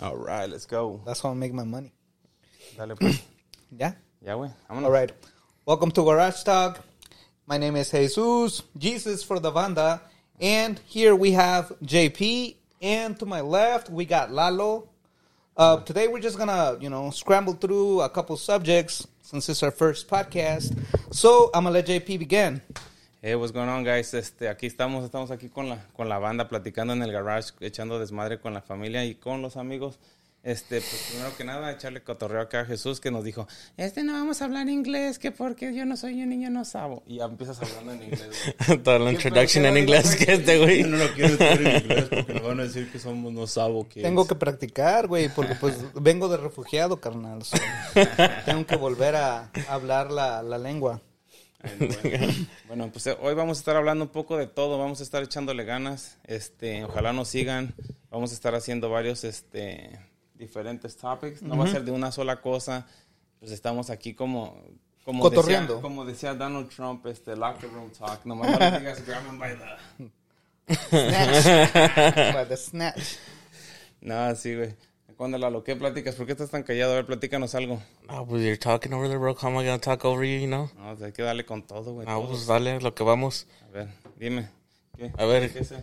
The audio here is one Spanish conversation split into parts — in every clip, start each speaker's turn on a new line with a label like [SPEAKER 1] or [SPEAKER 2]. [SPEAKER 1] All right, let's go.
[SPEAKER 2] That's how I make my money.
[SPEAKER 1] Dale, pues.
[SPEAKER 2] ¿Ya?
[SPEAKER 1] ya, güey. Vámonos.
[SPEAKER 2] All right. Welcome to Garage Talk. My name is Jesus, Jesus for the banda. And here we have JP. And to my left, we got Lalo. Uh, today, we're just going to, you know, scramble through a couple subjects since it's our first podcast. So I'm going to let JP begin.
[SPEAKER 1] Hey, Eh, what's going on, guys? Este, aquí estamos, estamos aquí con la, con la banda, platicando en el garage, echando desmadre con la familia y con los amigos. Este, pues primero que nada, echarle cotorreo acá a Jesús que nos dijo, este no vamos a hablar inglés, que porque yo no soy un niño no sabo. Y ya empiezas hablando en inglés, güey.
[SPEAKER 3] Toda la introduction en inglés que este, güey.
[SPEAKER 4] Yo no lo quiero decir en inglés porque nos van a decir que somos no sabo que
[SPEAKER 2] Tengo que practicar, güey, porque pues vengo de refugiado, carnal. So, tengo que volver a hablar la, la lengua.
[SPEAKER 1] Bueno, pues eh, hoy vamos a estar hablando un poco de todo, vamos a estar echándole ganas, este, ojalá nos sigan, vamos a estar haciendo varios, este, diferentes topics, no va a ser de una sola cosa, pues estamos aquí como, como
[SPEAKER 2] Cotorreando.
[SPEAKER 1] Decía, como decía Donald Trump, este, locker room talk, nomás no le digas grab 'em by the...
[SPEAKER 2] Snatch. By the snatch.
[SPEAKER 1] No, sí, güey. Cuando la loqué, platicas, ¿por qué estás tan callado? A ver, platícanos algo.
[SPEAKER 3] Ah, pues you're talking over there, bro. How am I gonna talk over you, you know?
[SPEAKER 1] No, o sea, hay que darle con todo, güey.
[SPEAKER 3] Ah,
[SPEAKER 1] todo.
[SPEAKER 3] pues dale, lo que vamos.
[SPEAKER 1] A ver, dime. ¿Qué?
[SPEAKER 3] A ver.
[SPEAKER 1] ¿Qué, es eso?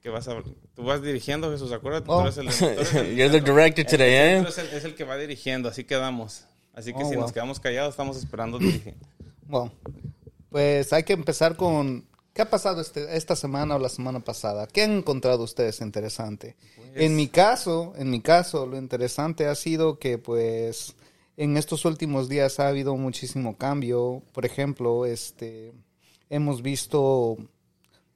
[SPEAKER 1] ¿Qué vas a... Tú vas dirigiendo, Jesús, acuérdate.
[SPEAKER 2] Oh.
[SPEAKER 1] Tú eres el... tú eres el-
[SPEAKER 3] You're the director today, eh?
[SPEAKER 1] Pedro es el, es el que va dirigiendo, así quedamos. Así que
[SPEAKER 2] Oh,
[SPEAKER 1] si
[SPEAKER 2] wow.
[SPEAKER 1] nos quedamos callados, estamos esperando dirigir.
[SPEAKER 2] Bueno, pues hay que empezar con qué ha pasado este- esta semana o la semana pasada. ¿Qué han encontrado ustedes interesante? En mi caso, en mi caso, lo interesante ha sido que, pues, en estos últimos días ha habido muchísimo cambio. Por ejemplo, este, hemos visto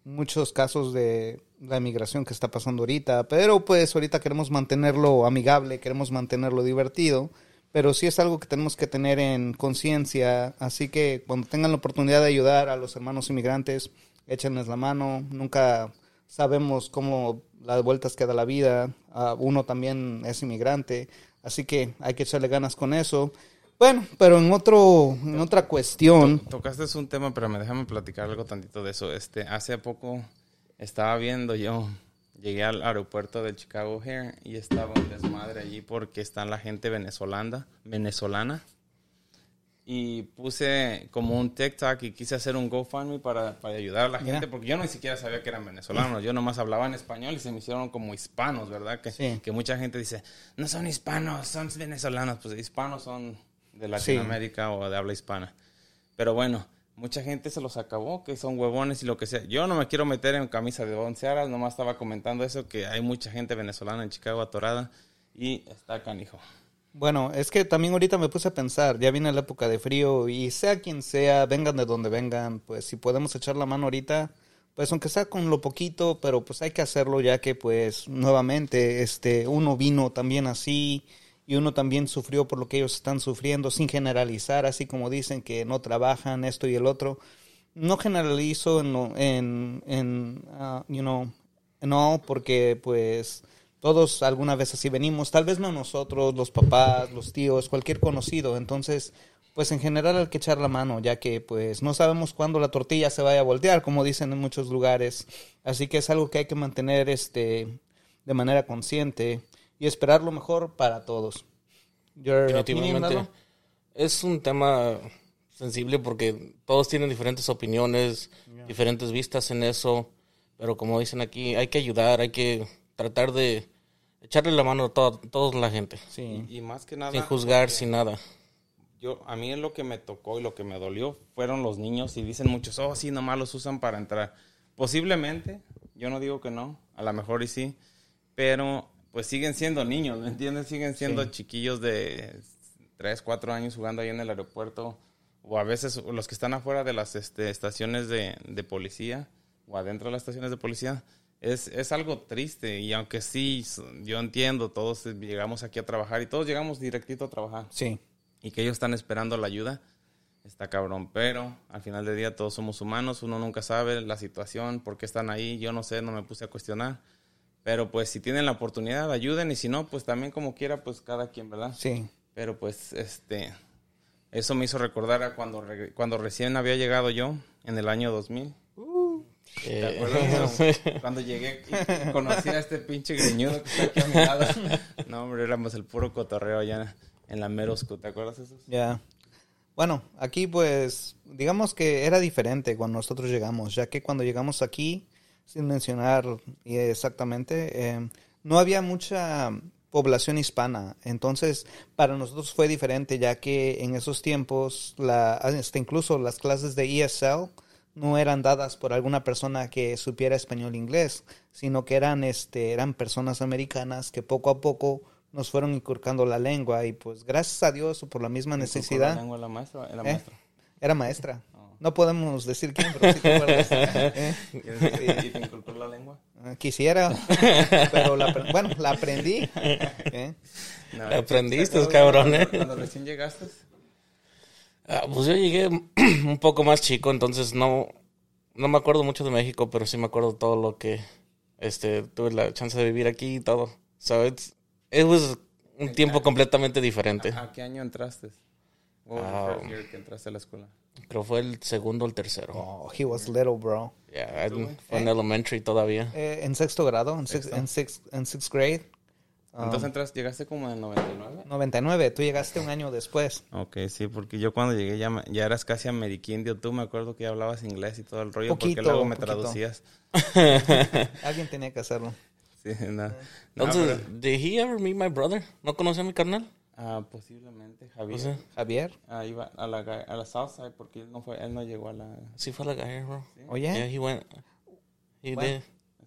[SPEAKER 2] muchos casos de la inmigración que está pasando ahorita, pero pues ahorita queremos mantenerlo amigable, queremos mantenerlo divertido, pero sí es algo que tenemos que tener en conciencia, así que cuando tengan la oportunidad de ayudar a los hermanos inmigrantes, échenles la mano, nunca sabemos cómo las vueltas que da la vida, ah, uno también es inmigrante, así que hay que echarle ganas con eso. Bueno, pero en otro en otra cuestión,
[SPEAKER 1] Tocaste es un tema, pero me déjame platicar algo tantito de eso. Este, hace poco estaba viendo yo, llegué al aeropuerto del Chicago O'Hare y estaba un desmadre allí porque está la gente venezolana, venezolana. Y puse como un TikTok y quise hacer un GoFundMe para, para ayudar a la gente, porque yo ni siquiera sabía que eran venezolanos. Yo nomás hablaba en español y se me hicieron como hispanos, ¿verdad? Que,
[SPEAKER 2] Sí.
[SPEAKER 1] que mucha gente dice, no son hispanos, son venezolanos. Pues hispanos son de Latinoamérica o de habla hispana. Pero bueno, mucha gente se los acabó, que son huevones y lo que sea. Yo no me quiero meter en camisa de once aras, nomás estaba comentando eso, que hay mucha gente venezolana en Chicago atorada y está canijo.
[SPEAKER 2] Bueno, es que también ahorita me puse a pensar, ya viene la época de frío y sea quien sea, vengan de donde vengan, pues si podemos echar la mano ahorita, pues aunque sea con lo poquito, pero pues hay que hacerlo ya que pues nuevamente este uno vino también así y uno también sufrió por lo que ellos están sufriendo sin generalizar, así como dicen que no trabajan esto y el otro. No generalizo en lo- en en ah, you know, no, porque pues todos alguna vez así venimos, tal vez no nosotros, los papás, los tíos, cualquier conocido. Entonces, pues en general hay que echar la mano, ya que pues no sabemos cuándo la tortilla se vaya a voltear, como dicen en muchos lugares. Así que es algo que hay que mantener este de manera consciente y esperar lo mejor para todos. Your opinion,
[SPEAKER 3] Definitivamente.
[SPEAKER 2] Lalo?
[SPEAKER 3] Es un tema sensible porque todos tienen diferentes opiniones, diferentes vistas en eso. Pero como dicen aquí, hay que ayudar, hay que tratar de echarle la mano a to- toda la gente.
[SPEAKER 2] Sí.
[SPEAKER 1] Y más que nada,
[SPEAKER 3] Sin juzgar, sin nada.
[SPEAKER 1] yo, a mí lo que me tocó y lo que me dolió fueron los niños y dicen muchos, oh, sí, nomás los usan para entrar. Posiblemente, yo no digo que no, a lo mejor y sí, pero pues siguen siendo niños, ¿me entiendes? Siguen siendo chiquillos de 3, 4 años jugando ahí en el aeropuerto o a veces o los que están afuera de las este, estaciones de, de policía o adentro de las estaciones de policía. Es, es algo triste y aunque sí, yo entiendo, todos eh, llegamos aquí a trabajar y todos llegamos directito a trabajar
[SPEAKER 2] Sí.
[SPEAKER 1] y que ellos están esperando la ayuda, está cabrón. Pero al final del día todos somos humanos, uno nunca sabe la situación, por qué están ahí, yo no sé, no me puse a cuestionar. Pero pues si tienen la oportunidad, ayuden y si no, pues también como quiera, pues cada quien, ¿verdad?
[SPEAKER 2] Sí.
[SPEAKER 1] Pero pues este, eso me hizo recordar a cuando, reg- cuando recién había llegado yo, en el año 2000. ¿Te
[SPEAKER 3] Eh,
[SPEAKER 1] acuerdas? Cuando llegué, y- y conocí a este pinche greñudo que está aquí a mi lado. No, hombre, éramos el puro cotorreo allá en la Merosco, ¿te acuerdas de eso?
[SPEAKER 2] Ya. Bueno, aquí pues digamos que era diferente cuando nosotros llegamos, ya que cuando llegamos aquí, sin mencionar eh, exactamente, eh, no había mucha población hispana. Entonces, para nosotros fue diferente, ya que en esos tiempos, la, hasta incluso las clases de ESL no eran dadas por alguna persona que supiera español e inglés, sino que eran, este, eran personas americanas que poco a poco nos fueron inculcando la lengua y pues gracias a Dios o por la misma
[SPEAKER 1] ¿Con la
[SPEAKER 2] necesidad.
[SPEAKER 1] lengua de la maestra? Era
[SPEAKER 2] ¿Eh?
[SPEAKER 1] maestra.
[SPEAKER 2] Era maestra. No podemos decir quién, pero sí te acuerdas. ¿eh?
[SPEAKER 1] ¿Quieres decir- ¿Y te inculcó la lengua?
[SPEAKER 2] Ah, Quisiera, pero la, apre- bueno, la aprendí. ¿eh?
[SPEAKER 1] No,
[SPEAKER 3] La aprendiste,
[SPEAKER 1] ¿te acuerdas
[SPEAKER 3] cabrón,
[SPEAKER 1] cuando-
[SPEAKER 3] ¿eh?
[SPEAKER 1] Cuando recién llegaste.
[SPEAKER 3] Ah, pues yo llegué un poco más chico, entonces no, no me acuerdo mucho de México, pero sí me acuerdo todo lo que este, tuve la chance de vivir aquí y todo. So it's, it was un tiempo completamente diferente.
[SPEAKER 1] ¿A qué año entraste? What was
[SPEAKER 3] Ah,
[SPEAKER 1] the
[SPEAKER 3] um.
[SPEAKER 1] first year que entraste a la escuela?
[SPEAKER 3] Creo fue el segundo o el tercero.
[SPEAKER 2] Oh, he was little, bro.
[SPEAKER 3] Yeah, I- fue en elementary todavía.
[SPEAKER 2] Eh, en sexto grado, en, six- en, six- en sixth grade,
[SPEAKER 3] Ah, um.
[SPEAKER 1] Entonces entras, llegaste como en 99.
[SPEAKER 2] 99. Tú llegaste un año después.
[SPEAKER 1] Ok, sí, porque yo cuando llegué ya, me- ya eras casi ameriquindio. Tú me acuerdo que ya hablabas inglés y todo el rollo,
[SPEAKER 2] Poquito,
[SPEAKER 1] porque luego me
[SPEAKER 2] poquito.
[SPEAKER 1] traducías.
[SPEAKER 2] Alguien tenía que hacerlo.
[SPEAKER 1] Sí, no. No,
[SPEAKER 3] Entonces,
[SPEAKER 1] pero-
[SPEAKER 3] did he ever meet my brother? ¿No conocí a mi carnal?
[SPEAKER 1] Ah, posiblemente Javier.
[SPEAKER 3] O sea,
[SPEAKER 2] Javier,
[SPEAKER 1] Ah, iba a la, ga- a la Southside porque él no, fue, él no llegó a la...
[SPEAKER 3] sí fue a la guy, bro. Yeah,
[SPEAKER 2] oye,
[SPEAKER 3] he went. He did.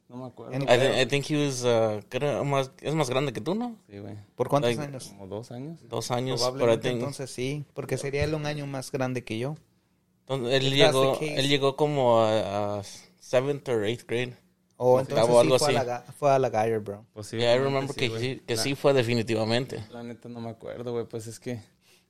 [SPEAKER 1] No me acuerdo.
[SPEAKER 2] En-
[SPEAKER 3] I, thi- I think he was, uh, creo, más, es más grande que tú, ¿no?
[SPEAKER 1] Sí, güey.
[SPEAKER 2] ¿por cuántos
[SPEAKER 3] Like,
[SPEAKER 2] años?
[SPEAKER 1] Como dos años.
[SPEAKER 3] Dos años, pero I
[SPEAKER 2] Probablemente
[SPEAKER 3] think-
[SPEAKER 2] entonces sí, porque sería él un año más grande que yo.
[SPEAKER 3] Entonces, él
[SPEAKER 2] If that's
[SPEAKER 3] llegó,
[SPEAKER 2] the case.
[SPEAKER 3] él llegó como a, a seventh or eighth grade.
[SPEAKER 2] O
[SPEAKER 3] Octavo,
[SPEAKER 2] entonces sí
[SPEAKER 3] algo
[SPEAKER 2] fue, a
[SPEAKER 3] así.
[SPEAKER 2] la, ga- fue a la Geyer, bro.
[SPEAKER 3] Yeah, I
[SPEAKER 1] Posiblemente
[SPEAKER 3] remember que,
[SPEAKER 1] güey.
[SPEAKER 3] sí, que
[SPEAKER 1] La-
[SPEAKER 3] sí fue definitivamente.
[SPEAKER 1] La neta no me acuerdo, güey. Pues es que...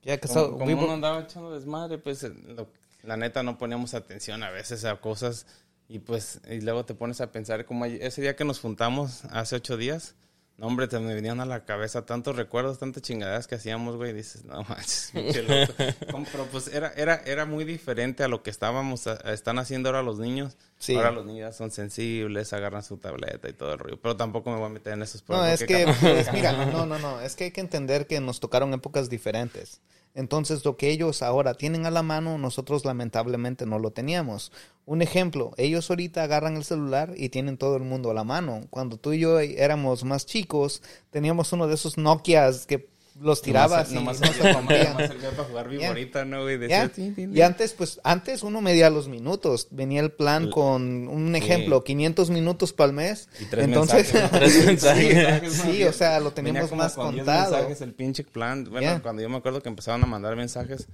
[SPEAKER 2] Yeah, 'cause
[SPEAKER 1] Como,
[SPEAKER 2] so
[SPEAKER 1] como
[SPEAKER 2] we were-
[SPEAKER 1] uno andaba echando desmadre, pues lo- la neta no poníamos atención a veces a cosas y pues y luego te pones a pensar como ay- ese día que nos juntamos hace ocho días, no hombre, te me venían a la cabeza tantos recuerdos, tantas chingadas que hacíamos, güey, y dices, no manches, pinche loco". Como, pero pues era, era, era muy diferente a lo que estábamos, a- a- están haciendo ahora los niños.
[SPEAKER 2] Sí.
[SPEAKER 1] Ahora los niños ya son sensibles, agarran su tableta y todo el rollo, pero tampoco me voy a meter en esos
[SPEAKER 2] No,
[SPEAKER 1] problemas.
[SPEAKER 2] es que, pues, mira, no, no, no, es que hay que entender que nos tocaron épocas diferentes. Entonces, lo que ellos ahora tienen a la mano, nosotros lamentablemente no lo teníamos. Un ejemplo, ellos ahorita agarran el celular y tienen todo el mundo a la mano. Cuando tú y yo éramos más chicos, teníamos uno de esos Nokias que los tirabas y
[SPEAKER 1] nomás,
[SPEAKER 2] no
[SPEAKER 1] nomás
[SPEAKER 2] se
[SPEAKER 1] servía- nomás-
[SPEAKER 2] rompían.
[SPEAKER 1] nomás servía para jugar viborita, ¿no, güey? Decía,
[SPEAKER 2] Ya.
[SPEAKER 1] "Tin, tin,
[SPEAKER 2] Y antes, pues, antes uno medía los minutos. Venía el plan con un ejemplo, 500 minutos para el mes.
[SPEAKER 1] Y tres
[SPEAKER 2] Entonces,
[SPEAKER 1] mensajes, ¿no?
[SPEAKER 3] Tres
[SPEAKER 2] sí,
[SPEAKER 3] mensajes.
[SPEAKER 2] sí, o sea, lo
[SPEAKER 1] Venía
[SPEAKER 2] teníamos
[SPEAKER 1] como
[SPEAKER 2] más
[SPEAKER 1] con diez
[SPEAKER 2] contado.
[SPEAKER 1] mensajes el pinche plan. Bueno,
[SPEAKER 2] Yeah.
[SPEAKER 1] cuando yo me acuerdo que empezaron a mandar mensajes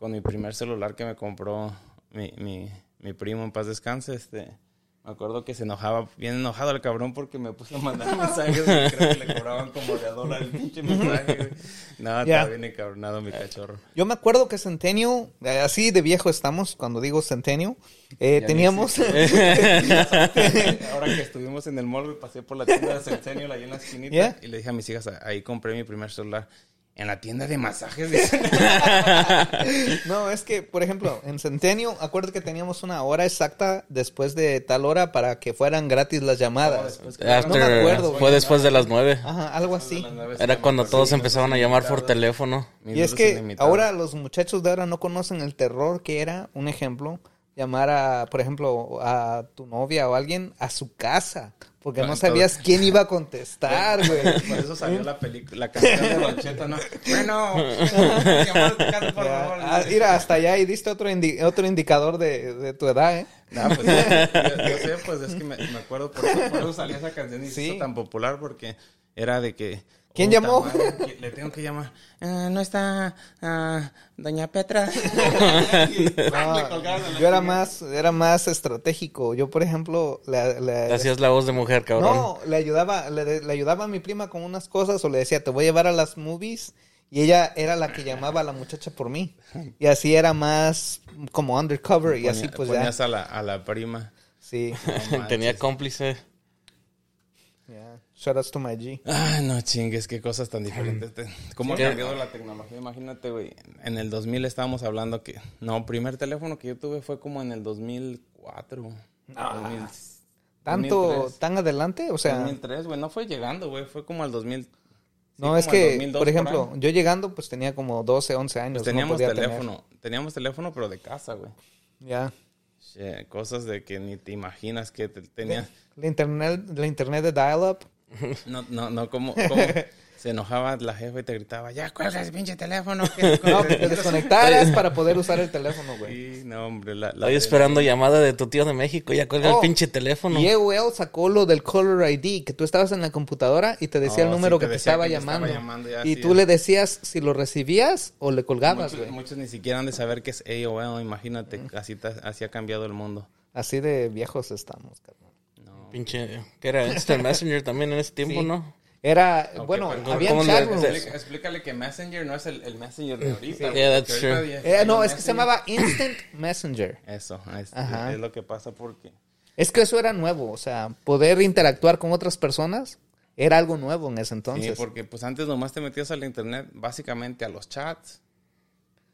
[SPEAKER 1] con mi primer celular que me compró mi, mi, mi primo en paz descanse, este. Me acuerdo que se enojaba, bien enojado el cabrón porque me puso a mandar mensajes y creo que le cobraban como de a dólar el pinche mensaje. güey. No,
[SPEAKER 2] Yeah.
[SPEAKER 1] estaba bien encabronado mi cachorro.
[SPEAKER 2] Yo me acuerdo que Centennial, eh, así de viejo estamos, cuando digo Centennial, eh,
[SPEAKER 1] Ya
[SPEAKER 2] teníamos...
[SPEAKER 1] Ahora que estuvimos en el mall, güey, pasé por la tienda de Centennial ahí en la esquinita
[SPEAKER 2] Yeah.
[SPEAKER 1] y le dije a mis hijas, ahí compré mi primer celular. En la tienda de masajes. dicen.
[SPEAKER 2] no, es que, por ejemplo, en Centennial, acuerdo que teníamos una hora exacta después de tal hora para que fueran gratis las llamadas.
[SPEAKER 1] Oh, Después que-
[SPEAKER 3] After-
[SPEAKER 2] No me acuerdo,
[SPEAKER 3] fue
[SPEAKER 2] güey. Pues
[SPEAKER 3] después de las nueve.
[SPEAKER 2] Ajá, algo así.
[SPEAKER 1] Pues
[SPEAKER 3] Era cuando todos empezaron a llamar por teléfono.
[SPEAKER 2] Y es que ahora los muchachos de ahora no conocen el terror que era, un ejemplo, llamar a, por ejemplo, a tu novia o alguien a su casa, porque no
[SPEAKER 1] Entonces-
[SPEAKER 2] sabías quién iba a contestar, güey.
[SPEAKER 1] Por eso salió la película, la canción de Don Cheto, ¿no? Bueno, llamar a tu casa, por
[SPEAKER 2] Ya,
[SPEAKER 1] favor.
[SPEAKER 2] ah, mira, hasta allá y diste otro, indi- otro indicador de, de tu edad, ¿eh?
[SPEAKER 1] No, pues yo, yo sé, pues es que me, me acuerdo por eso, por eso salió esa canción y se
[SPEAKER 2] Sí.
[SPEAKER 1] hizo tan popular porque era de que.
[SPEAKER 2] ¿Quién
[SPEAKER 1] "Puta
[SPEAKER 2] llamó?"
[SPEAKER 1] madre, que le tengo que llamar. "Ah, no está ah, Doña Petra. Y, ¡pac! le
[SPEAKER 2] No,
[SPEAKER 1] colgaron a la
[SPEAKER 2] yo era
[SPEAKER 1] chingada.
[SPEAKER 2] más, era más estratégico. Yo, por ejemplo, le, le-
[SPEAKER 3] Te hacías la voz de mujer, cabrón.
[SPEAKER 2] Pues no, le ayudaba, le, le ayudaba a mi prima con unas cosas o le decía, te voy a llevar a las movies. Y ella era la que llamaba a la muchacha por mí. Y así era más como undercover y así
[SPEAKER 1] Ponía-
[SPEAKER 2] pues ya.
[SPEAKER 1] ponías a la, a la prima.
[SPEAKER 2] Sí.
[SPEAKER 1] No
[SPEAKER 3] Tenía
[SPEAKER 1] manches.
[SPEAKER 3] cómplice.
[SPEAKER 2] Yeah. Shout outs to my G.
[SPEAKER 1] Ay, "Ah, no chingues, qué cosas tan diferentes. te- ¿Cómo
[SPEAKER 3] Sí.
[SPEAKER 1] ha cambiado la tecnología? Imagínate, güey. En el 2000 estábamos hablando que. No, primer teléfono que yo tuve fue como en el 2004. 2000
[SPEAKER 2] Ah. ¿Tanto,
[SPEAKER 1] 2003.
[SPEAKER 2] tan adelante? O sea,
[SPEAKER 1] 2003, güey. No fue llegando, güey. Fue como al 2000.
[SPEAKER 2] no,
[SPEAKER 1] como
[SPEAKER 2] es
[SPEAKER 1] en
[SPEAKER 2] que,
[SPEAKER 1] 2002
[SPEAKER 2] por ejemplo,
[SPEAKER 1] ahí.
[SPEAKER 2] yo llegando, pues tenía como 12, 11 años.
[SPEAKER 1] Pues
[SPEAKER 2] no
[SPEAKER 1] teníamos
[SPEAKER 2] podía tener.
[SPEAKER 1] teléfono. Teníamos teléfono, pero de casa, güey.
[SPEAKER 2] Ya.
[SPEAKER 1] Shit, cosas de que ni te imaginas que te tenías.
[SPEAKER 2] La internet, la internet de dial-up.
[SPEAKER 1] No, no, no, como, como se enojaba la jefa y te gritaba, ya cuelga ese pinche teléfono. que
[SPEAKER 2] No, pues, que
[SPEAKER 1] te
[SPEAKER 2] te desconectaras para poder usar el teléfono, güey.
[SPEAKER 1] Sí, no, hombre. La, la
[SPEAKER 3] Estoy esperando llamada de tu tío de México. Ya cuelga
[SPEAKER 2] Oh.
[SPEAKER 3] el pinche teléfono.
[SPEAKER 2] Y AOL sacó lo del Caller ID, que tú estabas en la computadora y te decía
[SPEAKER 1] Oh,
[SPEAKER 2] el número
[SPEAKER 1] sí, te
[SPEAKER 2] que te
[SPEAKER 1] decía
[SPEAKER 2] estaba
[SPEAKER 1] que te estaba
[SPEAKER 2] llamando.
[SPEAKER 1] llamando, ya,
[SPEAKER 2] y
[SPEAKER 1] sí,
[SPEAKER 2] tú
[SPEAKER 1] ya.
[SPEAKER 2] le decías si lo recibías o le colgabas,
[SPEAKER 1] muchos,
[SPEAKER 2] güey.
[SPEAKER 1] muchos ni siquiera han de saber qué es AOL.
[SPEAKER 2] Mm.
[SPEAKER 1] Imagínate, así, ta- así ha cambiado el mundo.
[SPEAKER 2] Así de viejos estamos, carnal.
[SPEAKER 3] Pinche. Que era Instant Messenger también en ese tiempo,
[SPEAKER 2] Sí.
[SPEAKER 3] ¿no?
[SPEAKER 2] Era,
[SPEAKER 1] Ok,
[SPEAKER 2] Eh,
[SPEAKER 1] pues,
[SPEAKER 2] bueno,
[SPEAKER 1] pero
[SPEAKER 2] había
[SPEAKER 3] ¿cómo le-
[SPEAKER 2] chat rooms.
[SPEAKER 3] te-
[SPEAKER 1] Explica- Explícale que Messenger no es el, el Messenger de ahorita.
[SPEAKER 3] Yeah,
[SPEAKER 1] porque
[SPEAKER 3] that's
[SPEAKER 1] ahorita
[SPEAKER 3] true.
[SPEAKER 1] ya-
[SPEAKER 2] Eh, no,
[SPEAKER 1] hay
[SPEAKER 2] es que
[SPEAKER 1] Messenger.
[SPEAKER 2] se llamaba Instant Messenger.
[SPEAKER 1] Eso, es,
[SPEAKER 2] Ajá.
[SPEAKER 1] es lo que pasa porque...
[SPEAKER 2] Es que eso era nuevo, o sea, poder interactuar con otras personas era algo nuevo en ese entonces.
[SPEAKER 1] Sí, porque pues antes nomás te metías al internet, básicamente a los chats.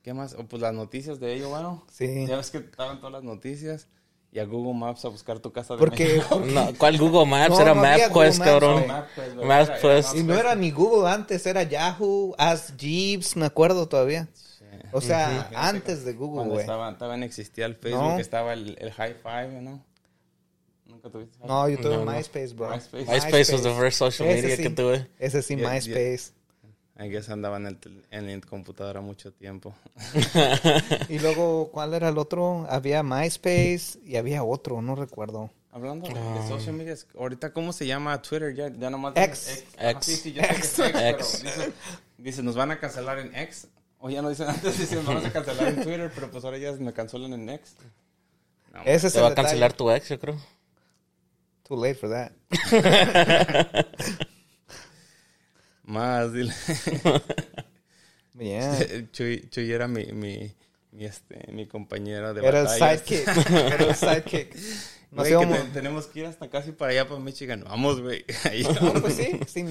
[SPEAKER 1] ¿Qué más? O pues las noticias de ello, bueno.
[SPEAKER 2] Sí.
[SPEAKER 1] Ya ves que estaban todas las noticias. Y a Google Maps a buscar tu casa de
[SPEAKER 2] Porque,
[SPEAKER 1] México.
[SPEAKER 3] No, ¿Cuál Google Maps?
[SPEAKER 2] No,
[SPEAKER 3] era
[SPEAKER 2] no había
[SPEAKER 3] MapQuest,
[SPEAKER 2] Google Maps,
[SPEAKER 3] cabrón.
[SPEAKER 2] güey.
[SPEAKER 1] MapQuest, güey.
[SPEAKER 3] MapQuest.
[SPEAKER 1] Era-
[SPEAKER 2] y no era ni Google antes, era Yahoo, Ask Jeeves, me acuerdo todavía. O sea, antes de Google,
[SPEAKER 1] Cuando
[SPEAKER 2] güey.
[SPEAKER 1] estaban, estaban existía el Facebook,
[SPEAKER 2] No.
[SPEAKER 1] estaba el, el High Five, ¿no? Nunca tuviste High
[SPEAKER 2] No, yo tuve
[SPEAKER 3] No, no.
[SPEAKER 2] MySpace, bro.
[SPEAKER 1] MySpace.
[SPEAKER 3] MySpace was the first social
[SPEAKER 2] Ese
[SPEAKER 3] media
[SPEAKER 2] sí.
[SPEAKER 3] que tuve.
[SPEAKER 2] Ese sí,
[SPEAKER 1] Yeah,
[SPEAKER 2] MySpace.
[SPEAKER 1] Five? I guess andaba en, el tel- en la computadora mucho tiempo.
[SPEAKER 2] Y luego, ¿cuál era el otro? Había MySpace y había otro, no recuerdo.
[SPEAKER 1] Hablando de,
[SPEAKER 2] Ah.
[SPEAKER 1] de social media, es- ahorita, ¿cómo se llama Twitter? Ya, ya nomás.
[SPEAKER 2] Ex.
[SPEAKER 1] Ex. Ah, sí, sí, yo sé que es Ex,
[SPEAKER 3] Ex.
[SPEAKER 1] pero dice- dice, nos van a cancelar en X. O ya no dicen antes, dicen, nos van a cancelar en Twitter, pero pues ahora ya me cancelan en X. No,
[SPEAKER 2] Ese es
[SPEAKER 3] Te
[SPEAKER 2] el
[SPEAKER 3] va a
[SPEAKER 2] detalle.
[SPEAKER 3] cancelar tu ex, yo creo.
[SPEAKER 2] Too late for that.
[SPEAKER 1] Más, dile.
[SPEAKER 2] Yeah.
[SPEAKER 1] Chuy, Chuy era mi, mi, mi, este, mi compañero de
[SPEAKER 2] Era el
[SPEAKER 1] batallas.
[SPEAKER 2] sidekick. Era el sidekick. Nos
[SPEAKER 1] Güey, que
[SPEAKER 2] íbamos...
[SPEAKER 1] te- tenemos que ir hasta casi para allá, para Michigan. Vamos, güey. Ahí
[SPEAKER 2] No,
[SPEAKER 1] vamos.
[SPEAKER 2] Ah, pues sí, sin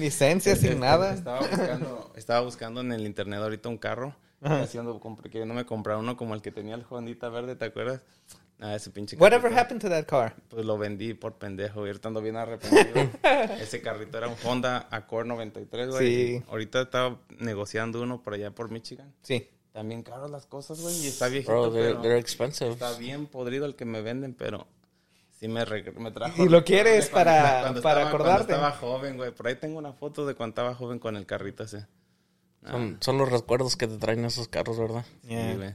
[SPEAKER 2] licencia,
[SPEAKER 1] Este,
[SPEAKER 2] sin nada.
[SPEAKER 1] Estaba buscando, estaba buscando en el internet ahorita un carro. Haciendo, compr- queriéndome comprar uno como el que tenía el Hondita verde, ¿te acuerdas? Ah, ese pinche
[SPEAKER 2] Whatever
[SPEAKER 1] carrito,
[SPEAKER 2] happened to that car?
[SPEAKER 1] Pues lo vendí por pendejo, y ahorita ando bien arrepentido. ese carrito era un Honda Accord 93, güey.
[SPEAKER 2] Sí.
[SPEAKER 1] y Ahorita estaba negociando uno por allá por Michigan.
[SPEAKER 2] Sí.
[SPEAKER 1] También caros las cosas, güey, y está viejito,
[SPEAKER 3] Bro, they're,
[SPEAKER 1] pero
[SPEAKER 3] they're expensive.
[SPEAKER 1] está bien podrido el que me venden, pero... Sí me, reg- me trajo.
[SPEAKER 2] Y lo quieres
[SPEAKER 1] cuando-
[SPEAKER 2] para-
[SPEAKER 1] cuando
[SPEAKER 2] para
[SPEAKER 1] estaba-
[SPEAKER 2] acordarte.
[SPEAKER 1] Cuando estaba joven, güey. Por ahí tengo una foto de cuando estaba joven con el carrito ese. Ah,
[SPEAKER 3] Son, son los recuerdos que te traen esos carros, ¿verdad?
[SPEAKER 2] Yeah.
[SPEAKER 1] Sí, güey.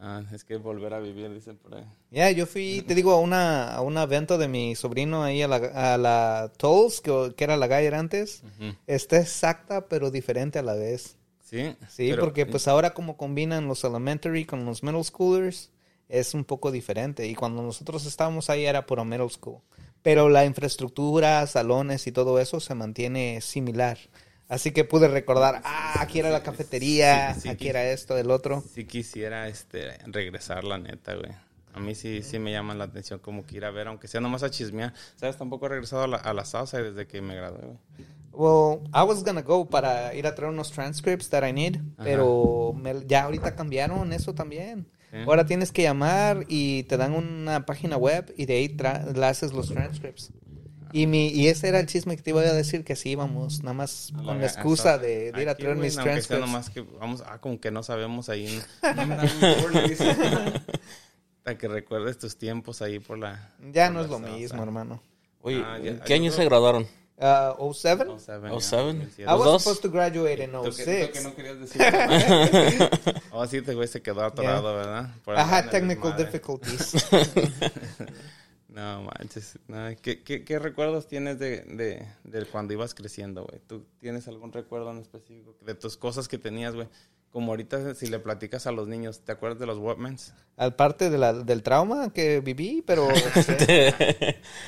[SPEAKER 1] Ah, es que volver a vivir, dicen por ahí.
[SPEAKER 2] Ya, yo fui, te digo, a una, a un evento de mi sobrino ahí a la, a la Tolls, que, que era la Gayer antes. Está exacta, pero diferente a la vez.
[SPEAKER 1] Sí,
[SPEAKER 2] Sí,
[SPEAKER 1] pero-
[SPEAKER 2] porque pues ahora como combinan los elementary con los middle schoolers, es un poco diferente. Y cuando nosotros estábamos ahí era puro middle school. Pero la infraestructura, salones y todo eso se mantiene similar. Así que pude recordar, ah, aquí era la cafetería,
[SPEAKER 1] sí, sí,
[SPEAKER 2] aquí
[SPEAKER 1] sí.
[SPEAKER 2] era esto, el otro.
[SPEAKER 1] Sí quisiera este, regresar, la neta, güey. A mí sí, sí me llama la atención como que ir a ver, aunque sea nomás a chismear. ¿Sabes? Tampoco he regresado a la, a la salsa desde que me gradué, güey.
[SPEAKER 2] Well, I was gonna go para ir a traer unos transcripts that I need, pero me- ya ahorita cambiaron eso también.
[SPEAKER 1] Sí.
[SPEAKER 2] Ahora tienes que llamar y te dan una página web y de ahí tra- le haces los transcripts. Y, mi, y ese era el chisme que te iba a decir que sí íbamos, nada más
[SPEAKER 1] A
[SPEAKER 2] con
[SPEAKER 1] ga-
[SPEAKER 2] la excusa
[SPEAKER 1] hasta
[SPEAKER 2] de, de ir a
[SPEAKER 1] aquí,
[SPEAKER 2] traer
[SPEAKER 1] güey,
[SPEAKER 2] mis
[SPEAKER 1] aunque sea
[SPEAKER 2] transcripts.
[SPEAKER 1] nomás que vamos, ah, como que no sabemos ahí. No me dan un gol, le dice. Hasta que recuerdes tus tiempos ahí por la...
[SPEAKER 2] Ya
[SPEAKER 1] por
[SPEAKER 2] no
[SPEAKER 1] la
[SPEAKER 2] es lo
[SPEAKER 1] salsa.
[SPEAKER 2] mismo, hermano.
[SPEAKER 3] Oye,
[SPEAKER 1] Ah, ya,
[SPEAKER 3] ¿qué
[SPEAKER 1] yo
[SPEAKER 3] año
[SPEAKER 1] creo-
[SPEAKER 3] se graduaron?
[SPEAKER 2] Uh, 07?
[SPEAKER 1] Oh, seven,
[SPEAKER 3] Oh,
[SPEAKER 1] ya,
[SPEAKER 3] seven.
[SPEAKER 1] el cielo.
[SPEAKER 2] I was
[SPEAKER 3] dos.
[SPEAKER 2] supposed to graduate in
[SPEAKER 1] Tú que- tú
[SPEAKER 2] 06.
[SPEAKER 1] que no querías decir. oh, sí, este güey se quedó atorado, ¿verdad? Por
[SPEAKER 2] I
[SPEAKER 1] andar en
[SPEAKER 2] had
[SPEAKER 1] el
[SPEAKER 2] technical
[SPEAKER 1] desmadre.
[SPEAKER 2] difficulties.
[SPEAKER 1] No, manches. no, ¿Qué, qué, qué recuerdos tienes de, de, de cuando ibas creciendo, güey? ¿Tú tienes algún recuerdo en específico de tus cosas que tenías, güey? Como ahorita si le platicas a los niños, ¿te acuerdas de los Walkmans?
[SPEAKER 2] Aparte de la- del trauma que viví, pero... este,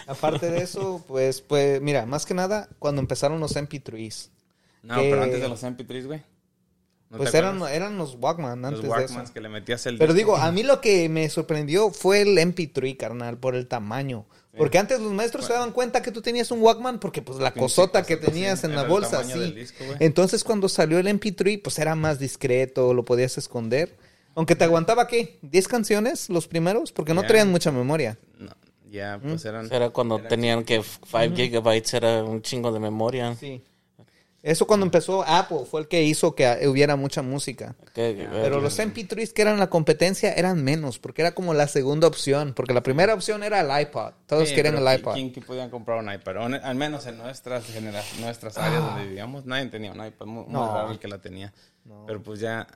[SPEAKER 2] Aparte de eso, pues, pues, mira, más que nada, cuando empezaron los MP3s.
[SPEAKER 1] No,
[SPEAKER 2] Que-
[SPEAKER 1] pero antes de los MP3, güey. ¿No
[SPEAKER 2] pues
[SPEAKER 1] te
[SPEAKER 2] eran,
[SPEAKER 1] acuerdas?
[SPEAKER 2] eran los Walkman antes
[SPEAKER 1] los
[SPEAKER 2] de eso.
[SPEAKER 1] Walkmans que le metías el...
[SPEAKER 2] Pero
[SPEAKER 1] disco.
[SPEAKER 2] digo, a mí lo que me sorprendió fue el MP3, carnal, por el tamaño. Porque antes los maestros se daban cuenta que tú tenías un Walkman porque pues la
[SPEAKER 1] Pinche
[SPEAKER 2] cosota que
[SPEAKER 1] cosota,
[SPEAKER 2] tenías
[SPEAKER 1] sí,
[SPEAKER 2] en
[SPEAKER 1] era
[SPEAKER 2] la
[SPEAKER 1] el
[SPEAKER 2] bolsa,
[SPEAKER 1] tamaño
[SPEAKER 2] sí.
[SPEAKER 1] del disco, güey.
[SPEAKER 2] Entonces cuando salió el MP3, pues era más discreto, lo podías esconder. Aunque te aguantaba, ¿qué? ¿10 canciones los primeros? Porque no
[SPEAKER 1] Ya.
[SPEAKER 2] traían mucha memoria.
[SPEAKER 1] No,
[SPEAKER 2] ¿Mm?
[SPEAKER 1] ya, pues eran...
[SPEAKER 3] Era cuando tenían que 5 gigabytes era un chingo de memoria.
[SPEAKER 2] Sí. Eso cuando
[SPEAKER 3] Mm.
[SPEAKER 2] empezó Apple fue el que hizo que ah, hubiera mucha música.
[SPEAKER 3] Que- eh,
[SPEAKER 2] Pero los MP3s que eran la competencia eran menos, porque era como la segunda opción, porque la primera opción era el iPod. Todos
[SPEAKER 1] Sí,
[SPEAKER 2] querían
[SPEAKER 1] pero
[SPEAKER 2] el
[SPEAKER 1] ¿qui-
[SPEAKER 2] iPod.
[SPEAKER 1] ¿Quién que podían comprar un iPad? O en- al menos en nuestras genera- nuestras áreas donde vivíamos, nadie tenía un iPad. Muy, muy
[SPEAKER 2] Ah. No.
[SPEAKER 1] raro el que la tenía. Pero pues ya,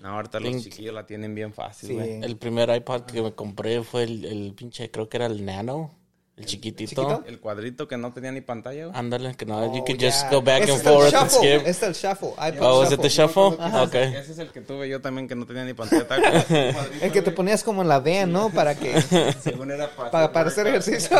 [SPEAKER 1] no, ahorita los chiquillos la tienen bien fácil,
[SPEAKER 2] Sí.
[SPEAKER 1] güey.
[SPEAKER 3] El primer iPad que me compré fue el, el pinche, creo que era el Nano, el chiquitito.
[SPEAKER 2] ¿Chiquito?
[SPEAKER 1] El cuadrito que no tenía ni pantalla, güey.
[SPEAKER 3] Ándale, que no, you
[SPEAKER 2] Oh,
[SPEAKER 3] can
[SPEAKER 2] yeah.
[SPEAKER 3] just go back
[SPEAKER 2] Ese
[SPEAKER 3] and
[SPEAKER 2] es el
[SPEAKER 3] forth and
[SPEAKER 2] shuffle,
[SPEAKER 3] skip.
[SPEAKER 2] ese Es el shuffle. iPod
[SPEAKER 3] Oh, ¿es de
[SPEAKER 2] shuffle.
[SPEAKER 3] the shuffle?
[SPEAKER 2] Ah,
[SPEAKER 1] Ajá,
[SPEAKER 3] Ok.
[SPEAKER 1] ese- Ese es el que tuve yo también, que no tenía ni pantalla. Estaba como un cuadrito,
[SPEAKER 2] El que te
[SPEAKER 1] güey.
[SPEAKER 2] ponías como en la vea, ¿no? Para que
[SPEAKER 1] Según era para,
[SPEAKER 2] para, para hacer ejercicio.